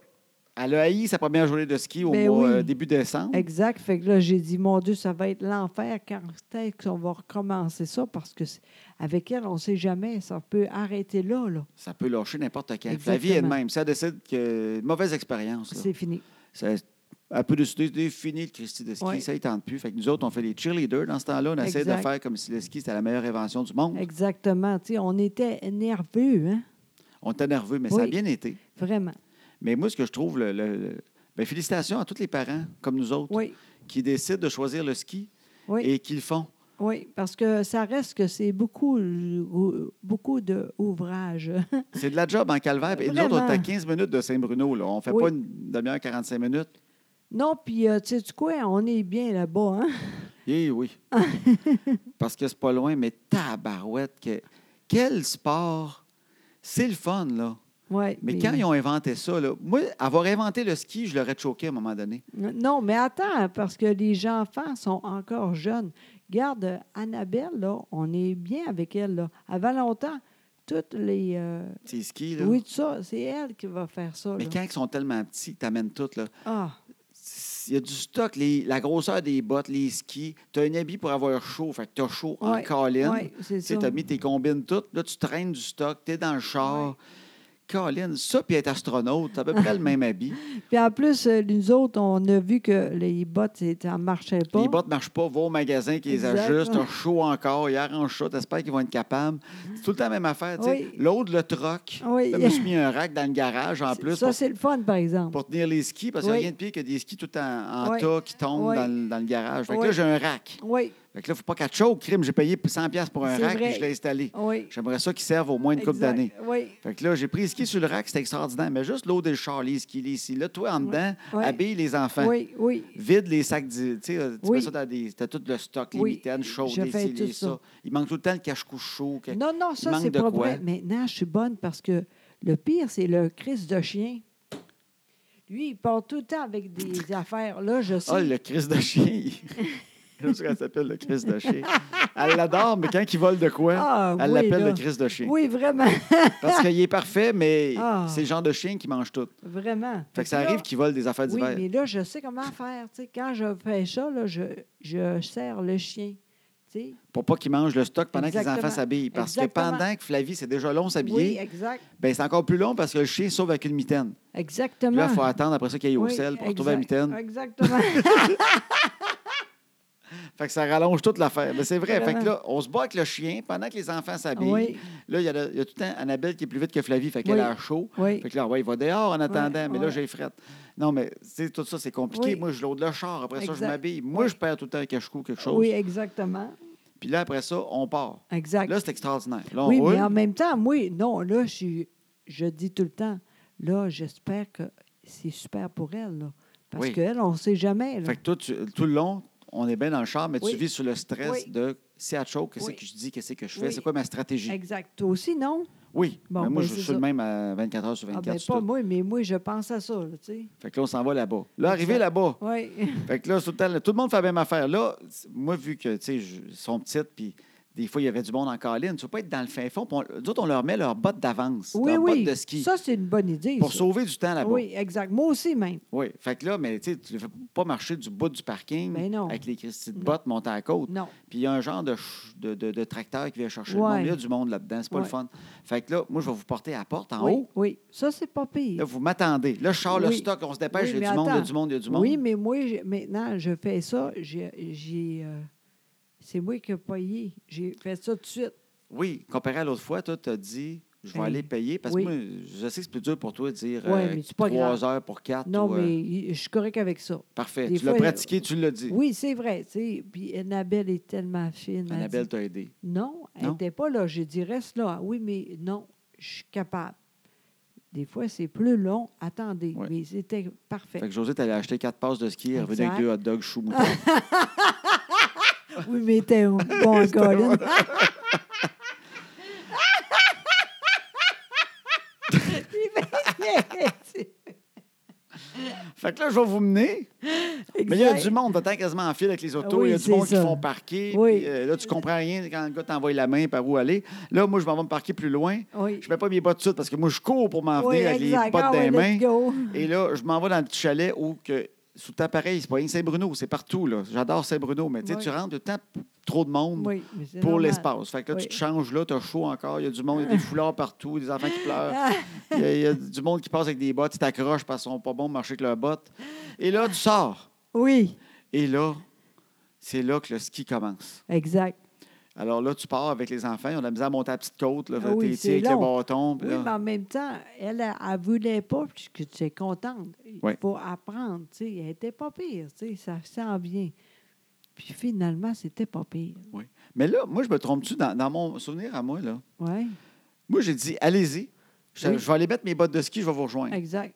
S1: elle a haï sa première journée de ski au
S2: Ben
S1: mois,
S2: oui.
S1: euh, début décembre.
S2: Exact. Fait que là, j'ai dit, mon Dieu, ça va être l'enfer quand peut-être qu'on va recommencer ça parce que c'est- avec elle, on ne sait jamais. Ça peut arrêter là, là.
S1: Ça peut lâcher n'importe quand. La vie est de
S2: Exactement.
S1: même. Si elle décide que. Mauvaise expérience. là.
S2: C'est fini.
S1: Ça- Elle peut décider, c'est fini le Christy de ski,
S2: Ouais.
S1: ça, il tente plus. Fait que nous autres, on fait les cheerleaders dans ce temps-là. On essaie de
S2: Exact.
S1: faire comme si le ski, c'était la meilleure invention du monde.
S2: Exactement. Tu sais, on était nerveux, hein?
S1: On était nerveux, mais ça a
S2: Oui.
S1: bien été.
S2: Vraiment.
S1: Mais moi, ce que je trouve, le, le- le- ben, félicitations à tous les parents, comme nous autres.
S2: Oui,
S1: qui décident de choisir le ski
S2: oui.
S1: et qui le font.
S2: Oui, parce que ça reste que c'est beaucoup, beaucoup d'ouvrages.
S1: C'est de la job en calvaire. Et nous autres, on est à 15 minutes de Saint-Bruno. là. On ne fait
S2: Oui.
S1: pas une demi-heure, 45 minutes.
S2: Non, puis euh, tu sais quoi, on est bien là-bas, hein?
S1: Eh oui. Parce que c'est pas loin, mais tabarouette. Que... Quel sport! C'est le fun, là.
S2: Ouais,
S1: Mais quand ils ont inventé ça, là, moi, avoir inventé le ski, je l'aurais choqué à un moment donné.
S2: Non, mais attends, parce que les enfants sont encore jeunes. Garde, euh, Annabelle, là, on est bien avec elle, là. Avant longtemps, toutes les... euh,
S1: Ces skis, là.
S2: oui, tout ça, c'est elle qui va faire ça,
S1: mais
S2: là.
S1: quand ils sont tellement petits, t'amènes tout, là.
S2: Ah,
S1: Il y a du stock, les- la grosseur des bottes, les skis. T'as un habit pour avoir chaud, fait que t'as chaud en
S2: Ouais,
S1: colline.
S2: oui, c'est
S1: Tu sais,
S2: ça.
S1: t'as mis tes combines toutes, là, tu traînes du stock, t'es dans le char. Colline, ça, puis être astronaute, c'est à peu près le même habit.
S2: Puis en plus, euh, nous autres, on a vu que les bottes, c'est- ça ne marchait pas.
S1: Les bottes ne marchent pas, va au magasin qui les
S2: Exact.
S1: ajuste, t'as chaud encore, ils arrangent ça, t'espères qu'ils vont être capables. C'est tout le temps la même affaire, tu sais.
S2: Oui.
S1: L'autre le troc.
S2: Oui.
S1: Là, je me suis mis un rack dans le garage en plus
S2: ça,
S1: pour,
S2: c'est le fun, par exemple.
S1: pour tenir les skis, parce qu'il n'y
S2: Oui.
S1: a rien de pire que des skis tout en, en
S2: Oui.
S1: tas qui tombent
S2: Oui.
S1: dans, le- dans le garage. Fait que
S2: Oui.
S1: là, j'ai un rack.
S2: Oui,
S1: Fait que là, faut pas qu'elle te choque, crime. J'ai payé 100$ piastres pour un
S2: C'est
S1: rack
S2: vrai.
S1: et je l'ai installé.
S2: oui.
S1: J'aimerais ça qu'il serve au moins une couple
S2: Exact.
S1: d'années.
S2: Oui.
S1: Fait que là, j'ai pris les skis sur le rack, c'était extraordinaire. Mais juste l'eau des chars, les skis, les skis. Là, toi, en dedans,
S2: Oui.
S1: habille les enfants.
S2: Oui, oui.
S1: Vide les sacs, d'i- tu sais, euh, tu
S2: Oui.
S1: mets ça dans des... T'as tout le stock, les
S2: Oui,
S1: mitaines chaudes,
S2: je
S1: les
S2: fais
S1: ci, les
S2: tout ça.
S1: ça. Il manque tout le temps le cache-couche chaud. que-
S2: Non, non, ça,
S1: manque
S2: c'est
S1: de
S2: pas
S1: quoi.
S2: vrai. Maintenant, je suis bonne parce que le pire, c'est le crise de chien. Lui, il part tout le temps avec des affaires. Là, je sais.
S1: Ah, le Christ de chien! il- Je sais comment ça s'appelle, le Christ de chien. Elle l'adore, mais quand il vole de quoi,
S2: Ah,
S1: elle
S2: oui,
S1: l'appelle
S2: là.
S1: le Christ de chien.
S2: Oui, vraiment.
S1: Parce qu'il est parfait, mais
S2: Ah.
S1: c'est le genre de chien qui mange tout.
S2: vraiment.
S1: Fait que ça
S2: Là,
S1: arrive qu'il vole des affaires
S2: Oui,
S1: d'hiver.
S2: mais là, je sais comment faire. tu sais. Quand je fais ça, là, je, je serre le chien. tu sais.
S1: Pour pas qu'il mange le stock pendant que les
S2: Exactement.
S1: enfants s'habillent. Parce
S2: Exactement.
S1: que pendant que Flavie, c'est déjà long
S2: Oui,
S1: s'habiller,
S2: exact.
S1: ben, c'est encore plus long parce que le chien sauve avec une mitaine. Puis
S2: Exactement.
S1: Là, il faut attendre après ça qu'il aille au
S2: Oui,
S1: sel pour retrouver la
S2: exact.
S1: mitaine.
S2: Exactement.
S1: Fait que ça rallonge toute l'affaire. Mais c'est vrai. Fait que
S2: Vraiment.
S1: là, on se bat avec le chien pendant que les enfants s'habillent.
S2: oui,
S1: Là, il y, a le- il y a tout le temps Annabelle qui est plus vite que Flavie, fait qu'elle
S2: Oui.
S1: a chaud.
S2: oui.
S1: Fait que là, ouais, il va dehors en attendant, mais là,
S2: ouais.
S1: j'ai frette. Non, mais tu sais, tout ça, c'est compliqué.
S2: Oui.
S1: Moi, je l'aude le char. Après ça, je
S2: Exact.
S1: m'habille. Moi,
S2: Oui.
S1: je perds tout le temps un cache-cou, quelque chose.
S2: Oui, exactement.
S1: Puis là, après ça, on part.
S2: Exact.
S1: Là, c'est extraordinaire. Là, on
S2: oui,
S1: roule.
S2: mais en même temps, moi, non, là, je, suis- je dis tout le temps, là, j'espère que c'est super pour elle, là. Parce
S1: Oui.
S2: qu'elle, on ne sait jamais. là.
S1: Fait que toi, tu- tout le long, on est bien dans le char, mais
S2: Oui.
S1: tu vis sur le stress
S2: Oui.
S1: de si elle choke, qu'est-ce
S2: Oui.
S1: que je dis, qu'est-ce que je fais,
S2: Oui.
S1: c'est quoi ma stratégie.
S2: Exact. Toi aussi, non?
S1: Oui,
S2: Bon,
S1: mais moi,
S2: ben,
S1: je
S2: c'est
S1: suis le
S2: ça.
S1: même à 24 heures sur
S2: Ah,
S1: 24.
S2: ben,
S1: sur
S2: pas
S1: tout.
S2: moi, mais moi, je pense à ça, là, tu sais.
S1: Fait que là, on s'en va là-bas. Là, arrivé
S2: Exact.
S1: là-bas,
S2: Oui.
S1: fait que là, tout le, temps, tout le monde fait la même affaire. Là, c'est- moi, vu que, tu sais, je- ils sont petites, puis des fois, il y avait du monde en colline, tu ne pas être dans le fin fond. puis on- nous autres, on leur met leurs bottes d'avance,
S2: oui,
S1: leurs bottes
S2: oui.
S1: de ski,
S2: Ça, c'est une bonne idée.
S1: pour
S2: ça.
S1: sauver du temps là-bas. Oui.
S2: Oui, exact. Moi aussi, même.
S1: Fait que là, mais tu sais, tu ne fais pas marcher du bout du parking
S2: Ben non.
S1: avec les Christie de
S2: Non.
S1: bottes montées à la côte.
S2: Non.
S1: Puis il y a un genre de, ch- de, de- de tracteur qui vient chercher le
S2: Ouais.
S1: monde. Il y a du monde là-dedans, c'est pas le
S2: Ouais.
S1: fun. Fait que là, moi, je vais vous porter à la porte en
S2: oui,
S1: haut.
S2: oui. Ça, c'est pas pire.
S1: Là, vous m'attendez. Là, je sors le
S2: Oui.
S1: stock, on se dépêche,
S2: Oui,
S1: il y a
S2: mais
S1: du monde, il y a
S2: attends.
S1: du monde, il y a du monde.
S2: Oui, mais moi, j'ai- maintenant, je fais ça. J'ai, j'ai, euh, c'est moi qui ai payé. J'ai fait ça tout de suite.
S1: Oui, comparé à l'autre fois, toi, tu as dit, je vais
S2: Hey.
S1: aller payer. Parce que
S2: Oui.
S1: moi, je sais que c'est plus dur pour toi de dire
S2: Ouais, mais c'est pas
S1: 3
S2: grave.
S1: heures pour 4.
S2: Non, mais il- je suis correct avec ça.
S1: Parfait.
S2: des
S1: Tu l'as
S2: fois,
S1: pratiqué, tu l'as dit.
S2: Oui, c'est vrai. tu sais. Puis Annabelle est tellement fine. elle
S1: Annabelle
S2: dit,
S1: t'a aidé.
S2: non, elle
S1: Non?
S2: n'était pas là. J'ai dit, reste là. Oui, mais non, je suis capable. Des fois, c'est plus long. Attendez.
S1: Ouais.
S2: Mais c'était
S1: Fait
S2: parfait.
S1: que José, t'allais acheter quatre passes de ski, elle est revenue
S2: Exact.
S1: avec
S2: Ah.
S1: deux hot dogs chou mouton.
S2: Oui, mais t'es un bon Colin.
S1: fait que là, je vais vous mener. Mais il y a du monde, t'attends quasiment en file avec les autos. Il
S2: Oui,
S1: y a du
S2: c'est
S1: monde qui
S2: ça.
S1: font parquer.
S2: Oui.
S1: puis, euh, là, tu comprends rien quand le gars t'envoie la main par où aller. Là, moi, je m'en vais me parquer plus loin.
S2: Oui.
S1: Je mets pas mes bottes tout de suite parce que moi, je cours pour m'en venir
S2: Oui,
S1: avec les
S2: exact.
S1: bottes
S2: Ah
S1: des
S2: ouais,
S1: mains.
S2: let's go.
S1: Et là, je m'en vais dans le petit chalet où que, sous ta pareil, c'est pas rien que Saint-Bruno, c'est partout. là. J'adore Saint-Bruno, mais tu sais,
S2: Oui.
S1: tu rentres de temps trop de monde
S2: Oui, mais c'est
S1: pour
S2: normal.
S1: l'espace. Fait que là,
S2: Oui.
S1: tu te changes là, t'as chaud encore, il y a du monde, il y a des foulards partout, des enfants qui pleurent.
S2: Ah,
S1: Il y, a- il y a du monde qui passe avec des bottes, ils t'accrochent parce qu'ils sont pas bons de marcher avec leurs bottes. Et là, tu sors.
S2: Oui,
S1: Et là, c'est là que le ski commence.
S2: exact.
S1: Alors là, tu pars avec les enfants, ils ont de la misère à monter à la petite côte, là,
S2: Ah oui,
S1: t'es
S2: c'est
S1: tiens avec le
S2: long.
S1: bâton. puis
S2: Oui,
S1: là-
S2: mais en même temps, elle, elle ne voulait pas, puis que tu es contente. Il
S1: Oui.
S2: faut apprendre, tu sais. Elle n'était pas pire, tu sais, ça s'en vient. Puis finalement, c'était pas pire.
S1: Oui. Mais là, moi, je me trompe-tu dans, dans mon souvenir à moi, là?
S2: Oui,
S1: Moi, j'ai dit, allez-y, je,
S2: Oui.
S1: je vais aller mettre mes bottes de ski, je vais vous rejoindre.
S2: exact.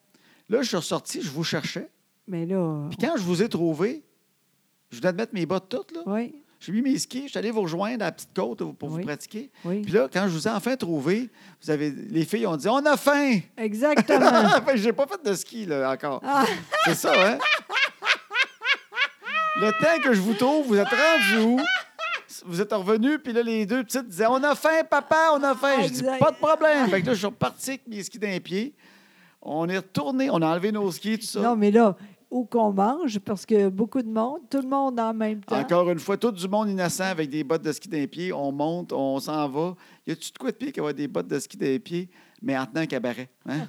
S1: Là, je suis ressorti, je vous cherchais.
S2: Mais là,
S1: Puis quand je vous ai trouvé, je venais de mettre mes bottes toutes, là.
S2: oui,
S1: J'ai mis mes skis, je suis allé vous rejoindre à la petite côte pour vous
S2: Oui.
S1: pratiquer.
S2: oui.
S1: Puis là, quand je vous ai enfin trouvé, vous avez, les filles ont dit On a faim!
S2: Exactement.
S1: Fait que j'ai pas fait de ski là, encore.
S2: Ah,
S1: C'est ça, hein? Le temps que je vous trouve, vous êtes rendus où? Vous êtes revenus, puis là, les deux petites disaient On a faim, papa, on a faim. Je dis
S2: Exact.
S1: Pas de problème. Fait que là, je suis reparti avec mes skis d'un pied. On est retourné, on a enlevé nos skis, tout ça.
S2: non, mais là, où qu'on mange, parce que beaucoup de monde, tout le monde en même temps.
S1: Encore une fois, tout du monde innocent avec des bottes de ski d'un pied. On monte, on s'en va. Y a-tu de quoi de pire qu'avoir des bottes de ski d'un pied, mais en tenant un cabaret? Hein?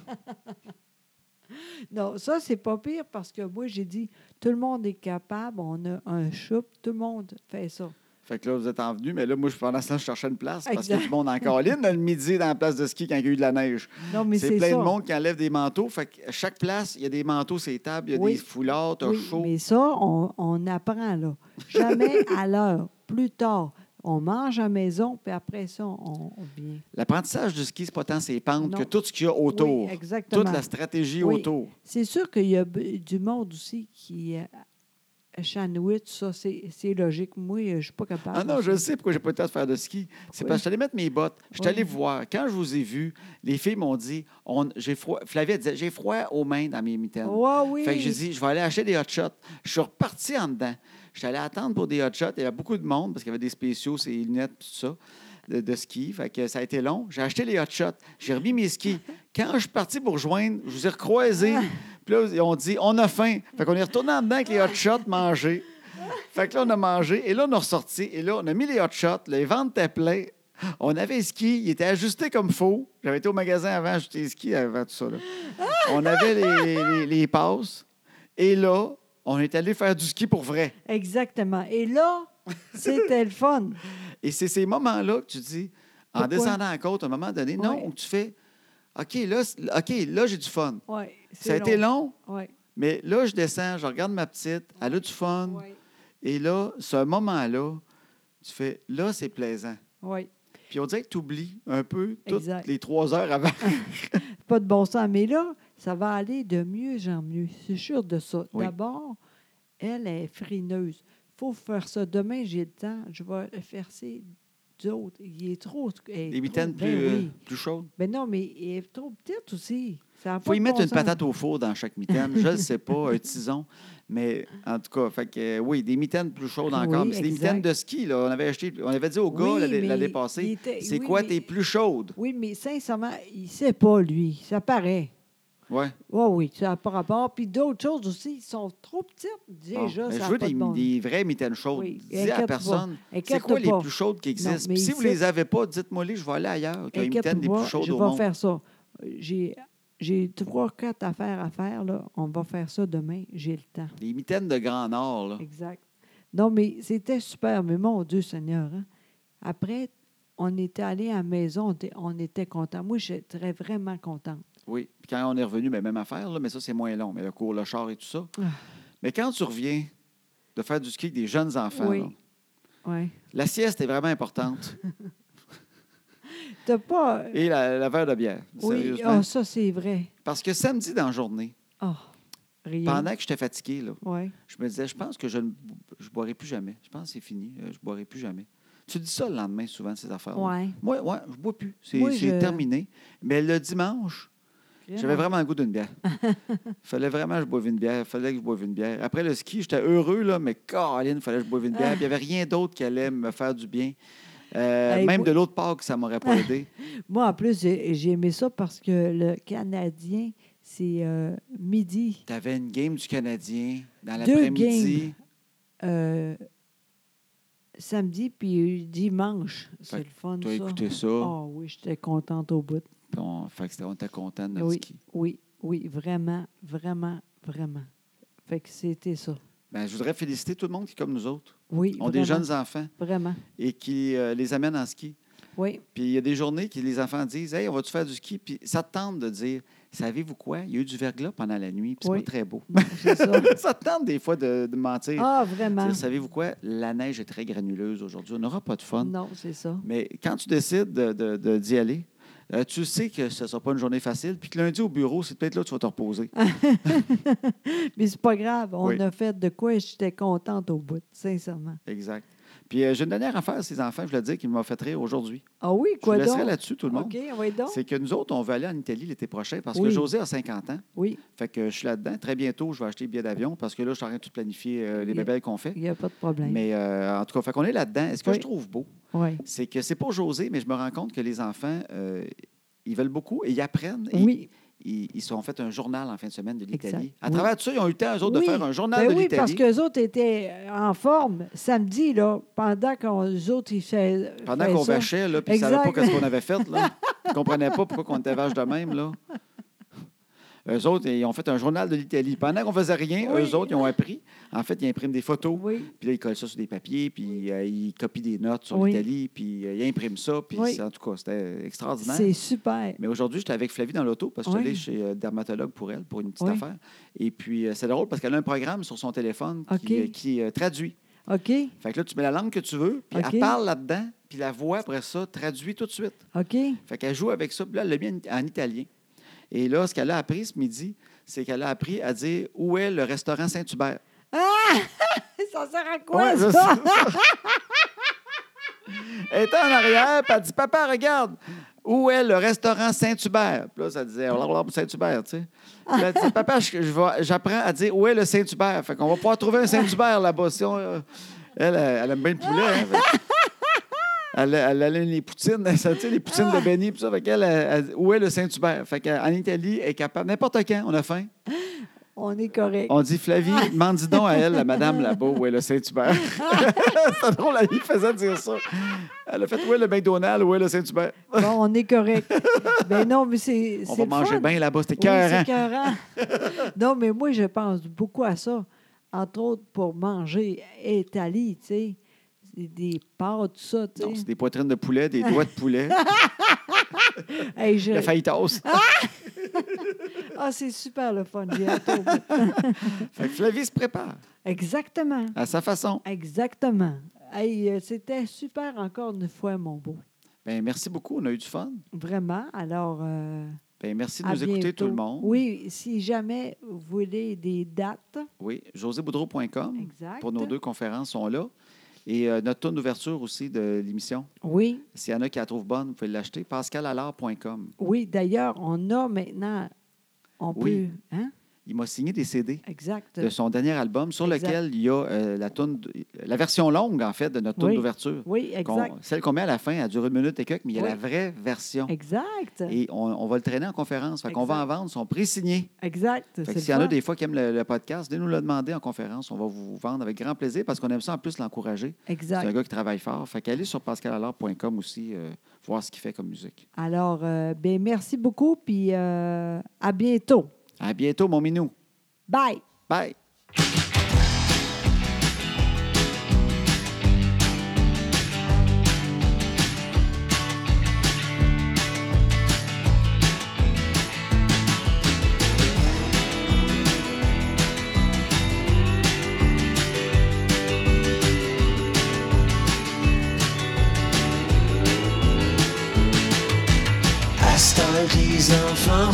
S2: Non, ça, c'est pas pire parce que moi, j'ai dit, tout le monde est capable, on a un choup, tout le monde fait ça.
S1: Fait que là, vous êtes envenus, mais là, moi, je- pendant ça, je cherchais une place parce que
S2: Exact.
S1: tout le monde en colline dans le midi dans la place de ski quand il y a eu de la neige.
S2: Non, mais
S1: C'est
S2: c'est
S1: plein
S2: ça.
S1: de monde qui enlève des manteaux. Fait que à chaque place, il y a des manteaux, c'est tables, il y a
S2: Oui.
S1: des foulards, t'as
S2: Oui,
S1: chaud.
S2: mais ça, on, on apprend, là. Jamais à l'heure, plus tard. On mange à maison, puis après ça, on, on vient.
S1: L'apprentissage du ski, c'est pas tant ses pentes
S2: Non.
S1: que tout ce qu'il y a autour.
S2: Oui, exactement.
S1: Toute la stratégie
S2: Oui.
S1: autour.
S2: C'est sûr qu'il y a b- du monde aussi qui euh, chanouille, tout ça, c'est c'est logique. Moi, euh, je ne suis pas capable.
S1: Ah non, je sais pourquoi j'ai pas eu le temps de faire de ski. C'est
S2: Pourquoi?
S1: parce que j'allais mettre mes bottes. Je suis
S2: Oui.
S1: allé vous voir. Quand je vous ai vu, les filles m'ont dit on, j'ai froid. Flavia disait j'ai froid aux mains dans mes mitaines.
S2: Ouais, Oh oui.
S1: Fait que j'ai dit, je vais aller acheter des hot shots. Je suis reparti en dedans. Je suis allé attendre pour des hot shots. Il y avait beaucoup de monde parce qu'il y avait des spéciaux, ses lunettes, tout ça, de, de ski. Fait que ça a été long. J'ai acheté les hot shots. J'ai remis mes skis. Quand je suis parti pour rejoindre, je vous ai recroisé. Puis là, ils ont dit, on a faim. Fait qu'on est retourné en dedans avec les hot shots manger. Fait que là, on a mangé. Et là, on a ressorti. Et là, on a mis les hot shots. Les ventes étaient pleines. On avait les skis. Ils étaient ajustés comme faux. J'avais été au magasin avant, acheter les skis avant tout ça. là. On avait les, les- les passes. Et là, on est allé faire du ski pour vrai.
S2: Exactement. Et là, c'était le fun.
S1: Et c'est ces moments-là que tu dis, en
S2: Pourquoi?
S1: descendant à côte, à un moment donné, non,
S2: Ouais.
S1: où tu fais, OK, là, c- OK, là j'ai du fun.
S2: Ouais, c'est
S1: Ça a été long,
S2: Ouais,
S1: mais là, je descends, je regarde ma petite, elle a du fun.
S2: ouais,
S1: Et là, ce moment-là, tu fais, là, c'est plaisant.
S2: ouais.
S1: Puis on dirait que tu oublies un peu toutes
S2: Exact.
S1: les trois heures avant.
S2: Pas de bon sens. Mais là, ça va aller de mieux en mieux. C'est sûr de ça.
S1: Oui.
S2: D'abord, elle est frineuse. faut faire ça. Demain, j'ai le temps. Je vais faire ça d'autres. Il est trop. elle est
S1: Les
S2: trop-
S1: mitaines plus,
S2: ben
S1: euh,
S2: oui.
S1: plus chaudes.
S2: Ben non, mais elle est trop petite aussi. Ça a
S1: faut
S2: pas
S1: y
S2: de
S1: mettre
S2: bon
S1: une
S2: sens.
S1: patate au four dans chaque mitaine. Je ne sais pas, un tison. Mais en tout cas, fait que, euh, oui, des mitaines plus chaudes encore.
S2: Oui,
S1: mais c'est des
S2: exact.
S1: mitaines de ski. Là. On, avait acheté, on avait dit au gars
S2: Oui,
S1: l'année
S2: mais
S1: l'année
S2: il
S1: passée
S2: était-
S1: c'est
S2: oui,
S1: quoi
S2: mais-
S1: tes plus chaudes
S2: Oui, mais sincèrement, il sait pas, lui. Ça paraît.
S1: ouais.
S2: Oui, oui, ça n'a pas rapport. Puis d'autres choses aussi, ils sont trop petites.
S1: Bon,
S2: Déjà,
S1: mais
S2: ça
S1: je
S2: a
S1: veux
S2: pas
S1: des,
S2: de bon sens.
S1: des vraies mitaines chaudes.
S2: Oui,
S1: Dis à la
S2: inquiète-toi.
S1: personne c'est
S2: Inquiète-toi
S1: quoi les
S2: pas.
S1: plus chaudes qui existent.
S2: mais
S1: Puis si
S2: ici-
S1: vous ne les avez pas, dites-moi les, je vais aller ailleurs. Il y a une mitaine des plus
S2: Inquiète-toi,
S1: chaudes
S2: je
S1: au
S2: vais
S1: monde.
S2: faire ça. J'ai, j'ai trois, quatre affaires à faire. Là. On va faire ça demain. J'ai le temps.
S1: Des mitaines de Grand Nord. Là.
S2: Exact. Non, mais c'était super. Mais mon Dieu Seigneur, hein. après, on était allé à la maison. On était, on était contents. Moi, j'étais vraiment contente.
S1: Oui. Puis quand on est revenu, ben, même affaire, là, mais ça, c'est moins long. Mais le cours, le char et tout ça.
S2: Ah.
S1: Mais quand tu reviens de faire du ski avec des jeunes enfants,
S2: Oui.
S1: là,
S2: Ouais.
S1: La sieste est vraiment importante.
S2: T'as pas.
S1: Et la, la verre de bière,
S2: Oui,
S1: sérieusement.
S2: ah, ça, c'est vrai.
S1: Parce que samedi dans la journée,
S2: Oh, rien.
S1: pendant que j'étais fatigué, là,
S2: Ouais.
S1: je me disais, je pense que je ne bo- je boirai plus jamais. Je pense que c'est fini. euh, Je boirai plus jamais. Tu dis ça le lendemain, souvent, ces affaires
S2: Ouais.
S1: Moi, ouais, je bois plus. C'est
S2: Moi,
S1: c'est
S2: je-
S1: terminé. Mais le dimanche, j'avais vraiment le goût d'une bière. fallait vraiment que je boive une bière. fallait que je boive une bière. Après le ski, j'étais heureux, là, mais Caroline, fallait que je boive une bière. Puis Il n'y avait rien d'autre qui allait me faire du bien. Euh,
S2: Hey,
S1: même
S2: moi-
S1: de l'autre part que ça m'aurait pas aidé.
S2: Moi, en plus, j'ai j'ai aimé ça parce que le Canadien, c'est euh, midi.
S1: Tu avais une game du Canadien dans
S2: Deux
S1: l'après-midi.
S2: euh, samedi puis dimanche. C'est
S1: Fait
S2: le fun,
S1: Tu as
S2: ça.
S1: écouté ça.
S2: Ah oui, j'étais contente au bout.
S1: puis On, fait que c'était- on était content de notre
S2: Oui,
S1: ski.
S2: oui, oui, vraiment, vraiment, vraiment. Fait que c'était ça.
S1: Ben, je voudrais féliciter tout le monde qui, comme nous autres,
S2: Oui,
S1: ont des
S2: vraiment,
S1: jeunes enfants
S2: Vraiment,
S1: et qui euh, les amènent en ski.
S2: oui.
S1: Puis il y a des journées que les enfants disent Hey, on va-tu faire du ski Puis ça te tente de dire Savez-vous quoi? Il y a eu du verglas pendant la nuit, puis c'est
S2: Oui.
S1: pas très beau.
S2: Non, c'est ça.
S1: ça te tente des fois de, de mentir.
S2: Ah, vraiment?
S1: Dire, Savez-vous quoi? La neige est très granuleuse aujourd'hui. On n'aura pas de fun.
S2: Non, c'est ça.
S1: Mais quand tu décides d'y de, de- d'y aller, euh, tu sais que ce ne sera pas une journée facile, puis que lundi au bureau, c'est peut-être là que tu vas te reposer.
S2: Ah. Mais c'est pas grave. On
S1: Oui.
S2: a fait de quoi et j'étais contente au bout, sincèrement.
S1: Exact. Puis euh, j'ai une dernière affaire à ces enfants, je le dis, qui m'a fait rire aujourd'hui.
S2: Ah oui,
S1: Je vous
S2: quoi
S1: laisserai
S2: donc?
S1: là-dessus, tout le monde.
S2: OK, on va y donc.
S1: C'est que nous autres, on va aller en Italie l'été prochain parce que
S2: Oui.
S1: José a 50 ans.
S2: Oui,
S1: Fait que je suis là-dedans. Très bientôt, je vais acheter le billet d'avion parce que là, je suis en train de tout planifier euh, les
S2: Yeah.
S1: bébelles qu'on fait.
S2: il n'y a pas de problème.
S1: Mais euh, en tout cas, fait qu'on est là-dedans. Et ce que
S2: Oui.
S1: je trouve beau,
S2: Oui.
S1: c'est que c'est pas José, mais je me rends compte que les enfants, euh, ils veulent beaucoup et ils apprennent. Et
S2: Oui,
S1: Ils, ils se sont fait un journal en fin de semaine de l'Italie.
S2: Exact.
S1: À
S2: Oui.
S1: travers tout ça, ils ont eu le temps, eux autres, de
S2: Oui.
S1: faire un journal
S2: ben
S1: de
S2: oui
S1: l'Italie.
S2: parce qu'eux autres étaient euh, en forme samedi, là, pendant qu'on les autres, ils faisaient.
S1: Pendant
S2: faisaient
S1: qu'on
S2: ça.
S1: vachait, là, puis ils ne savaient pas
S2: Exact.
S1: qu'est-ce qu'on avait fait, là. Ils ne comprenaient pas pourquoi on était vache de même, là. Eux autres, ils ont fait un journal de l'Italie. Pendant qu'on faisait rien,
S2: Oui.
S1: eux autres, ils ont appris. En fait, ils impriment des photos,
S2: Oui,
S1: puis là, ils collent ça sur des papiers, puis euh, ils copient des notes sur
S2: Oui.
S1: l'Italie, puis euh, ils impriment ça, puis
S2: Oui.
S1: c'est- en tout cas, c'était extraordinaire.
S2: c'est super.
S1: Mais aujourd'hui, j'étais avec Flavie dans l'auto parce que
S2: Oui.
S1: j'allais chez euh, dermatologue pour elle, pour une petite
S2: Oui.
S1: affaire. Et puis, euh, c'est drôle parce qu'elle a un programme sur son téléphone qui,
S2: OK.
S1: euh, qui, euh, traduit.
S2: OK,
S1: Fait que là, tu mets la langue que tu veux, puis
S2: OK.
S1: elle parle là-dedans, puis la voix, après ça, traduit tout de suite.
S2: OK.
S1: Fait qu'elle joue avec ça, puis là, elle l'a mis en, en italien. Et là, ce qu'elle a appris ce midi, c'est qu'elle a appris à dire où est le restaurant Saint-Hubert.
S2: Ça sert à quoi,
S1: Ouais, je
S2: ça?
S1: sais. Elle était en arrière, puis elle dit Papa, regarde, où est le restaurant Saint-Hubert Puis là, ça disait Blablabla, Saint-Hubert, tu sais. Puis elle dit Papa, je- je vais- j'apprends à dire où est le Saint-Hubert. Fait qu'on va pouvoir trouver un Saint-Hubert là-bas. Si on, euh, elle, euh, elle aime bien le poulet. hein, fait- Elle, elle aime les poutines, elle sent, tu sais, les poutines
S2: Ah.
S1: de Benny, puis ça. Fait qu'elle, elle- elle- où est le Saint-Hubert? Fait qu'en Italie, elle est capable, n'importe quand, on a faim.
S2: On est correct.
S1: On dit Flavie, demande dis donc à elle, la madame là-bas, où est le Saint-Hubert. C'était drôle, elle lui faisait dire ça. Elle a fait, où est le McDonald's, où est le Saint-Hubert?
S2: Bon, on est correct. ben non, mais c'est.
S1: On
S2: c'est
S1: va
S2: le
S1: manger
S2: fun.
S1: bien là-bas, c'était
S2: Oui,
S1: cœur.
S2: c'est écœurant. non, mais moi, je pense beaucoup à ça. Entre autres, pour manger Italie, tu sais. Des- Des pâtes, tout ça, tu
S1: Non, c'est
S2: sais.
S1: des poitrines de poulet, des doigts de poulet,
S2: Hey, je-
S1: le fajitas.
S2: Ah, c'est super le fun. j'ai hâte au bout.
S1: Fait que Flavie se prépare
S2: Exactement.
S1: à sa façon.
S2: Exactement. Hey, euh, c'était super encore une fois, mon beau.
S1: Ben, merci beaucoup, on a eu du fun.
S2: Vraiment. Alors, euh,
S1: Ben, merci de
S2: à
S1: nous écouter,
S2: bientôt.
S1: tout le monde.
S2: Oui, si jamais vous voulez des dates,
S1: Oui, joséboudreau.com
S2: exact.
S1: pour nos deux conférences sont là. Et euh, notre tourne d'ouverture aussi de l'émission.
S2: Oui,
S1: S'il y en a qui la trouvent bonne, vous pouvez l'acheter. PascalAllard.com.
S2: oui. D'ailleurs, on a maintenant, on
S1: Oui.
S2: peut, hein?
S1: Il m'a signé des CD.
S2: Exact.
S1: de son dernier album, sur
S2: Exact.
S1: lequel il y a euh, la, toune d- la version longue, en fait, de notre tourne
S2: Oui.
S1: d'ouverture.
S2: Oui, exact.
S1: Qu'on- Celle qu'on met à la fin, elle dure une minute et quelques, mais il y a
S2: Oui.
S1: la vraie version.
S2: Exact.
S1: Et on, on va le traîner en conférence. Fait qu'on va en
S2: Exact.
S1: vendre son pré-signé.
S2: Exact.
S1: Fait
S2: c'est
S1: que
S2: le
S1: s'il y en a
S2: fun.
S1: des fois qui aiment le, le podcast, venez nous le demander en conférence. On va vous vendre avec grand plaisir parce qu'on aime ça en plus l'encourager. C'est un
S2: Exact.
S1: gars qui travaille fort. Fait qu'allez sur pascalallard.com aussi euh, voir ce qu'il fait comme musique.
S2: Alors, euh, ben, merci beaucoup, puis euh, à bientôt.
S1: À bientôt, mon minou.
S2: Bye.
S1: Bye!
S3: À ce temps que les enfants